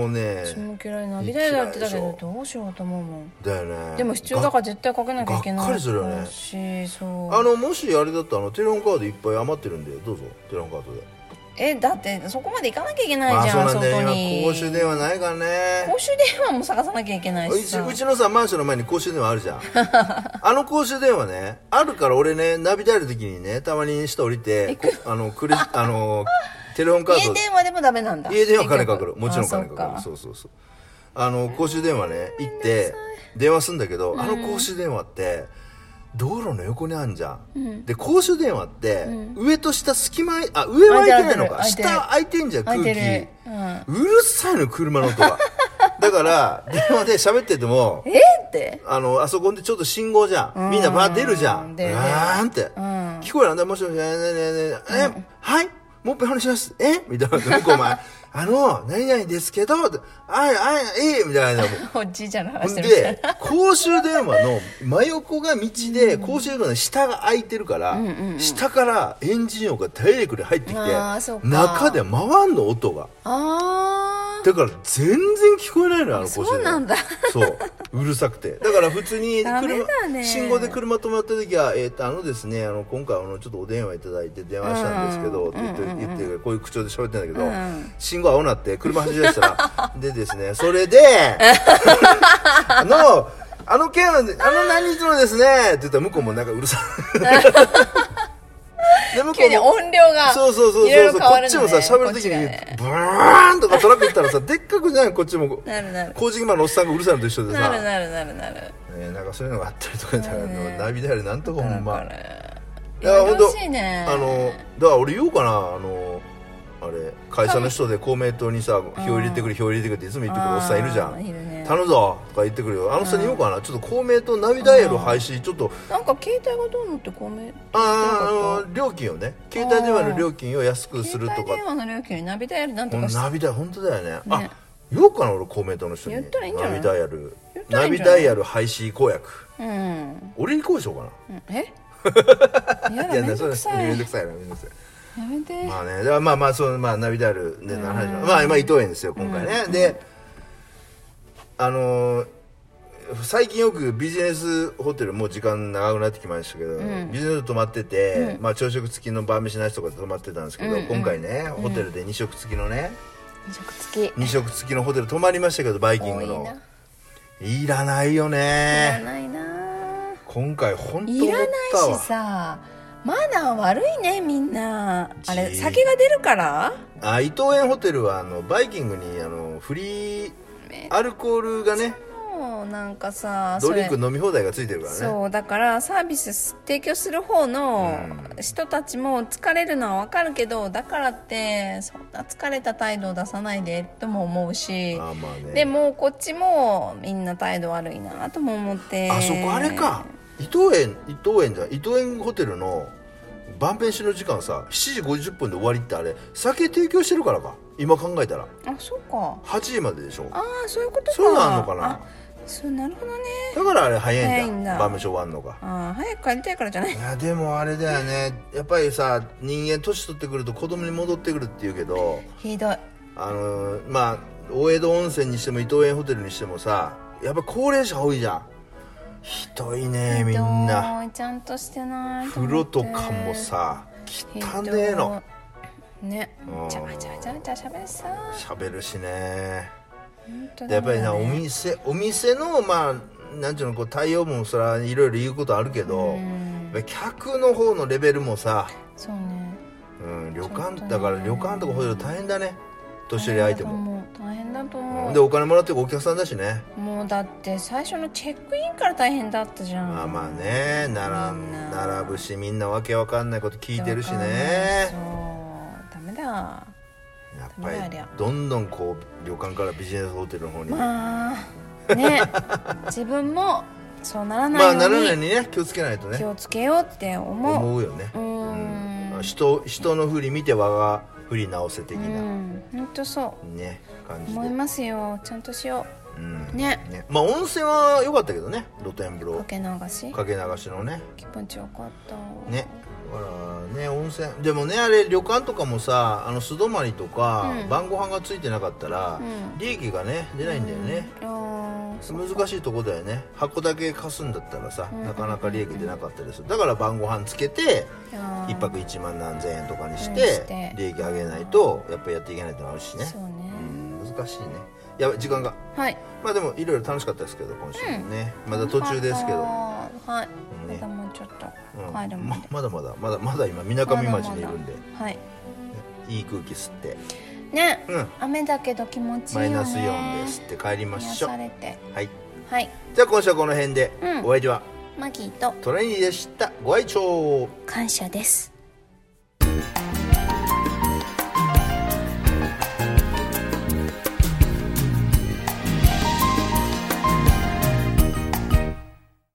[SPEAKER 3] もうね
[SPEAKER 2] 私も嫌いなビダイヤルやってたけ
[SPEAKER 3] 嫌い
[SPEAKER 2] ど
[SPEAKER 3] でし
[SPEAKER 2] どうしようと思うもん
[SPEAKER 3] だよね
[SPEAKER 2] でも必要だから絶対かけなきゃいけない
[SPEAKER 3] がっかりするよね
[SPEAKER 2] しそう
[SPEAKER 3] あのもしあれだったらあのテレホンカードいっぱい余ってるんでどうぞテレホンカードで
[SPEAKER 2] えだってそこまで行かなきゃいけない
[SPEAKER 3] ま
[SPEAKER 2] じ
[SPEAKER 3] あ
[SPEAKER 2] ゃん、
[SPEAKER 3] そうなんだよ
[SPEAKER 2] 外
[SPEAKER 3] 今
[SPEAKER 2] に
[SPEAKER 3] 公衆電話ないからね
[SPEAKER 2] 公衆電話も探さなきゃいけないうし
[SPEAKER 3] ち
[SPEAKER 2] さ
[SPEAKER 3] うちのさマンションの前に公衆電話ある じゃんあの公衆電話ねあるから俺ねナビダイヤルの時にねたまに下降 りてこあのクレジあのテレホンカー
[SPEAKER 2] 家
[SPEAKER 3] ド
[SPEAKER 2] 電話でもダメなんだ
[SPEAKER 3] 家電話金かかるもちろん金か
[SPEAKER 2] あ
[SPEAKER 3] かる
[SPEAKER 2] そ
[SPEAKER 3] そううそうそうあの公衆電話ね行って電話すんだけど、あの公衆電話って道路の横にあんじゃん、で公衆電話って、上と下隙間あ上は空いてないのか
[SPEAKER 2] 空いてる
[SPEAKER 3] 下空いてんじゃん
[SPEAKER 2] 空
[SPEAKER 3] 空
[SPEAKER 2] い
[SPEAKER 3] 気
[SPEAKER 2] てるうん
[SPEAKER 3] うるさいの車の音がだから電話で喋ってても
[SPEAKER 2] えーって
[SPEAKER 3] あの、あそこでちょっと信号じゃん。みんなバー出るじゃん。
[SPEAKER 2] 出るね
[SPEAKER 3] わーんって。聞こえるんだ、もしもし、ねえねえねえねえ、え、はいもう一回話します。えみたいな。向こうお前、あの、何々ですけど、あい、あい、ええみたいな。もう
[SPEAKER 2] おじいちゃんの
[SPEAKER 3] ほん
[SPEAKER 2] 話してる
[SPEAKER 3] で、公衆電話の真横が道で、公衆電話の下が空いてるから、下からエンジン音がダイレクトに入ってきて
[SPEAKER 2] あーそう、か
[SPEAKER 3] 中で回んの音が。
[SPEAKER 2] あ
[SPEAKER 3] だから全然聞こえないのよあの甲子園
[SPEAKER 2] そうなんだ
[SPEAKER 3] そううるさくてだから普通 に
[SPEAKER 2] ダメ
[SPEAKER 3] 車
[SPEAKER 2] だね
[SPEAKER 3] 信号で車止まった時は、えー、とあのですねあの今回あのちょっとお電話いただいて電話したんですけど、って言って,、言ってこういう口調で喋ってんだけど、
[SPEAKER 2] うん
[SPEAKER 3] 信号青なって車走り出した らでですねそれであのあの件なんであの何日のですねって言ったら向こうもなんかうるさ いで向こ
[SPEAKER 2] 急
[SPEAKER 3] う
[SPEAKER 2] に
[SPEAKER 3] も
[SPEAKER 2] 音量が
[SPEAKER 3] そうそうそう
[SPEAKER 2] いろ
[SPEAKER 3] そ
[SPEAKER 2] いうろ
[SPEAKER 3] そ
[SPEAKER 2] 変
[SPEAKER 3] うこ
[SPEAKER 2] わ
[SPEAKER 3] っ
[SPEAKER 2] る
[SPEAKER 3] ち
[SPEAKER 2] の
[SPEAKER 3] も
[SPEAKER 2] ね
[SPEAKER 3] さ喋る時
[SPEAKER 2] こっちが
[SPEAKER 3] に
[SPEAKER 2] ね
[SPEAKER 3] ブーンとかトラック行ったらさでっかくじゃないこっちも
[SPEAKER 2] なるなる
[SPEAKER 3] 工事現場のおっさんがうるさいのと一緒で
[SPEAKER 2] なる
[SPEAKER 3] さ
[SPEAKER 2] なるなるなる
[SPEAKER 3] ねなんかそういうのがあったりとかだからナビであれなんとかほんま
[SPEAKER 2] だから
[SPEAKER 3] いやほんと
[SPEAKER 2] よろしいね
[SPEAKER 3] あのだから俺言おうかなあのあれ会社の人で公明党にさ票入れてくれ票入れてくれっていつも言ってくるおっさんいるじゃ
[SPEAKER 2] あーいるね
[SPEAKER 3] ん頼むぞとか言ってくるよあの人に言おうかなちょっと公明党ナビダイヤル廃止ちょっと
[SPEAKER 2] なんか携帯がどうのってごめん
[SPEAKER 3] あーあの料金をね携帯電話の料金を安くすると
[SPEAKER 2] 携帯
[SPEAKER 3] か
[SPEAKER 2] 電話の料金にナビダイヤルなんと
[SPEAKER 3] こ
[SPEAKER 2] か
[SPEAKER 3] の
[SPEAKER 2] し
[SPEAKER 3] ナビダイヤル本当だよねあ
[SPEAKER 2] ね
[SPEAKER 3] 言おうかな俺公明党の人に
[SPEAKER 2] 言ったらいいんじゃな
[SPEAKER 3] ナ
[SPEAKER 2] い
[SPEAKER 3] ビダイヤル
[SPEAKER 2] 言ったら
[SPEAKER 3] ナ
[SPEAKER 2] いいん
[SPEAKER 3] ビ
[SPEAKER 2] じゃない
[SPEAKER 3] ダイヤル廃止公約
[SPEAKER 2] うんうん
[SPEAKER 3] 俺にこうしようかな
[SPEAKER 2] えやだ
[SPEAKER 3] い
[SPEAKER 2] め
[SPEAKER 3] や
[SPEAKER 2] んどく
[SPEAKER 3] それ
[SPEAKER 2] さい
[SPEAKER 3] め
[SPEAKER 2] や
[SPEAKER 3] んどくさいなめんどくさい
[SPEAKER 2] めて
[SPEAKER 3] まあね、だからまあまあそうまあナビダールで7話まあ今伊藤園ですよ今回ね、であのー最近よくビジネスホテルもう時間長くなってきましたけど、ビジネスホテル泊まってて、まあ朝食付きの晩飯なしとかで泊まってたんですけど、今回ねホテルで2食付きのね、
[SPEAKER 2] 食付き
[SPEAKER 3] 2食付きのホテル泊まりましたけどバイキン
[SPEAKER 2] 多
[SPEAKER 3] グ
[SPEAKER 2] い
[SPEAKER 3] の
[SPEAKER 2] ない
[SPEAKER 3] らないよ
[SPEAKER 2] ら
[SPEAKER 3] ね
[SPEAKER 2] ないな
[SPEAKER 3] 今回本当
[SPEAKER 2] い
[SPEAKER 3] 思っ
[SPEAKER 2] らな
[SPEAKER 3] た
[SPEAKER 2] い
[SPEAKER 3] わ
[SPEAKER 2] しさマナー悪いねみんなあれ
[SPEAKER 3] じ
[SPEAKER 2] 酒が出るから
[SPEAKER 3] あ伊藤園ホテルはあのバイキングにあのフリーアルコールがね
[SPEAKER 2] もうなんかさ
[SPEAKER 3] ド
[SPEAKER 2] そ
[SPEAKER 3] リ
[SPEAKER 2] れ
[SPEAKER 3] ンク飲み放題がついてるからね
[SPEAKER 2] そうだからサービス提供する方の人たちも疲れるのはわかるけどだからってそんな疲れた態度を出さないでとも思うし
[SPEAKER 3] あまあね
[SPEAKER 2] でもこっちもみんな態度悪いなとも思って
[SPEAKER 3] あそこあれか伊藤園伊藤園じゃない伊藤園ホテルの晩飯の時間さ7時50分で終わりってあれ酒提供してるからか今考えたら
[SPEAKER 2] あそうか
[SPEAKER 3] 8時まででしょ
[SPEAKER 2] ああそういうことか
[SPEAKER 3] そうなのかな
[SPEAKER 2] あそうなるほどね
[SPEAKER 3] だからあれ早
[SPEAKER 2] 早
[SPEAKER 3] い
[SPEAKER 2] い
[SPEAKER 3] ん
[SPEAKER 2] ん
[SPEAKER 3] だ
[SPEAKER 2] だ
[SPEAKER 3] 晩飯終わんのが
[SPEAKER 2] ああ早く帰りたいから じゃない
[SPEAKER 3] いやでもあれだよねやっぱりさ人間年取ってくると子供に戻ってくるっていうけど
[SPEAKER 2] ひどい
[SPEAKER 3] あのーまあ大江戸温泉にしても伊東園ホテルにしてもさやっぱ高齢者多いじゃんひどいねみんな
[SPEAKER 2] ひどいちゃんとしてない
[SPEAKER 3] 風呂
[SPEAKER 2] 思って
[SPEAKER 3] とかもさ汚ねえの
[SPEAKER 2] ひどいね
[SPEAKER 3] うん
[SPEAKER 2] ちゃばちゃばちゃばちゃしゃべるしさ
[SPEAKER 3] 喋るしね
[SPEAKER 2] 本当
[SPEAKER 3] でやっぱりなお
[SPEAKER 2] だね
[SPEAKER 3] 店お店のまあなんていうのこう対応もそれはいろいろ言うことあるけど
[SPEAKER 2] うん
[SPEAKER 3] やっぱり客の方のレベルもさ、
[SPEAKER 2] そうね
[SPEAKER 3] うん、旅
[SPEAKER 2] ちょっと
[SPEAKER 3] 館
[SPEAKER 2] ね
[SPEAKER 3] だから旅館とかホテル大変だね年寄り相手も
[SPEAKER 2] 大変だと
[SPEAKER 3] う
[SPEAKER 2] 思
[SPEAKER 3] ん
[SPEAKER 2] う
[SPEAKER 3] でお金もらってるお客さんだしね
[SPEAKER 2] もうだって最初のチェックインから大変だったじゃん
[SPEAKER 3] まあまあね並
[SPEAKER 2] みん
[SPEAKER 3] ん
[SPEAKER 2] な
[SPEAKER 3] 並ぶしみんなわけわかんないこと聞いてるし
[SPEAKER 2] そ
[SPEAKER 3] ね
[SPEAKER 2] うダメだ
[SPEAKER 3] やっ
[SPEAKER 2] ダメだ
[SPEAKER 3] ぱ
[SPEAKER 2] あ
[SPEAKER 3] り
[SPEAKER 2] りゃ
[SPEAKER 3] どんどんこう旅館からビジネスホテルの方にま
[SPEAKER 2] まあね自分もそうならない
[SPEAKER 3] あなら
[SPEAKER 2] よ
[SPEAKER 3] ないうよう
[SPEAKER 2] に
[SPEAKER 3] にね気をつけないと
[SPEAKER 2] 気
[SPEAKER 3] ね
[SPEAKER 2] をつけようって思う
[SPEAKER 3] 思うよね
[SPEAKER 2] うーん
[SPEAKER 3] あ人人のふり見て我がふり直せ的
[SPEAKER 2] う
[SPEAKER 3] な、
[SPEAKER 2] ん本当そ
[SPEAKER 3] ね感
[SPEAKER 2] う
[SPEAKER 3] じで
[SPEAKER 2] 思いますよちゃんとしよ
[SPEAKER 3] うん
[SPEAKER 2] うね
[SPEAKER 3] ねまあ温泉は良かったけどね露天風
[SPEAKER 2] か
[SPEAKER 3] 呂
[SPEAKER 2] け流し
[SPEAKER 3] かけ流しのね
[SPEAKER 2] 気持ちよかった
[SPEAKER 3] ねだからね温泉でもねあれ旅館とかもさあの素泊まりとか、晩ご飯がついてなかったら、
[SPEAKER 2] うん
[SPEAKER 3] 利益がね出ないんだよね、
[SPEAKER 2] あー
[SPEAKER 3] 難しいとこだよね箱だけ貸すんだったらさ、なかなか利益出なかったりするだから晩ご飯つけて
[SPEAKER 2] あー
[SPEAKER 3] 一泊1万何千円とかにし
[SPEAKER 2] うんしてて
[SPEAKER 3] 利益上げないとやっぱりやっていけないってのあるしね
[SPEAKER 2] そうね
[SPEAKER 3] うん難しいねやばい時間が
[SPEAKER 2] はい
[SPEAKER 3] まあでもいろいろ楽しかったですけど今週もね、まだ途中ですけど、
[SPEAKER 2] はい
[SPEAKER 3] ね
[SPEAKER 2] まだもうちょっと
[SPEAKER 3] う
[SPEAKER 2] 帰
[SPEAKER 3] ん
[SPEAKER 2] るまで
[SPEAKER 3] まだまだまだまだ今みなかみ町にいるんで
[SPEAKER 2] まだまだはい
[SPEAKER 3] いい空気吸って
[SPEAKER 2] ね、
[SPEAKER 3] うん
[SPEAKER 2] 雨だけど気持ちいいよね
[SPEAKER 3] マイナスイオンで吸って帰りま
[SPEAKER 2] 癒
[SPEAKER 3] しょう
[SPEAKER 2] されて
[SPEAKER 3] はい
[SPEAKER 2] はい
[SPEAKER 3] じゃあ今週はこの辺で、
[SPEAKER 2] うん
[SPEAKER 3] お相手は
[SPEAKER 2] マギーと
[SPEAKER 3] トレイニーでしたご愛聴
[SPEAKER 2] 感謝です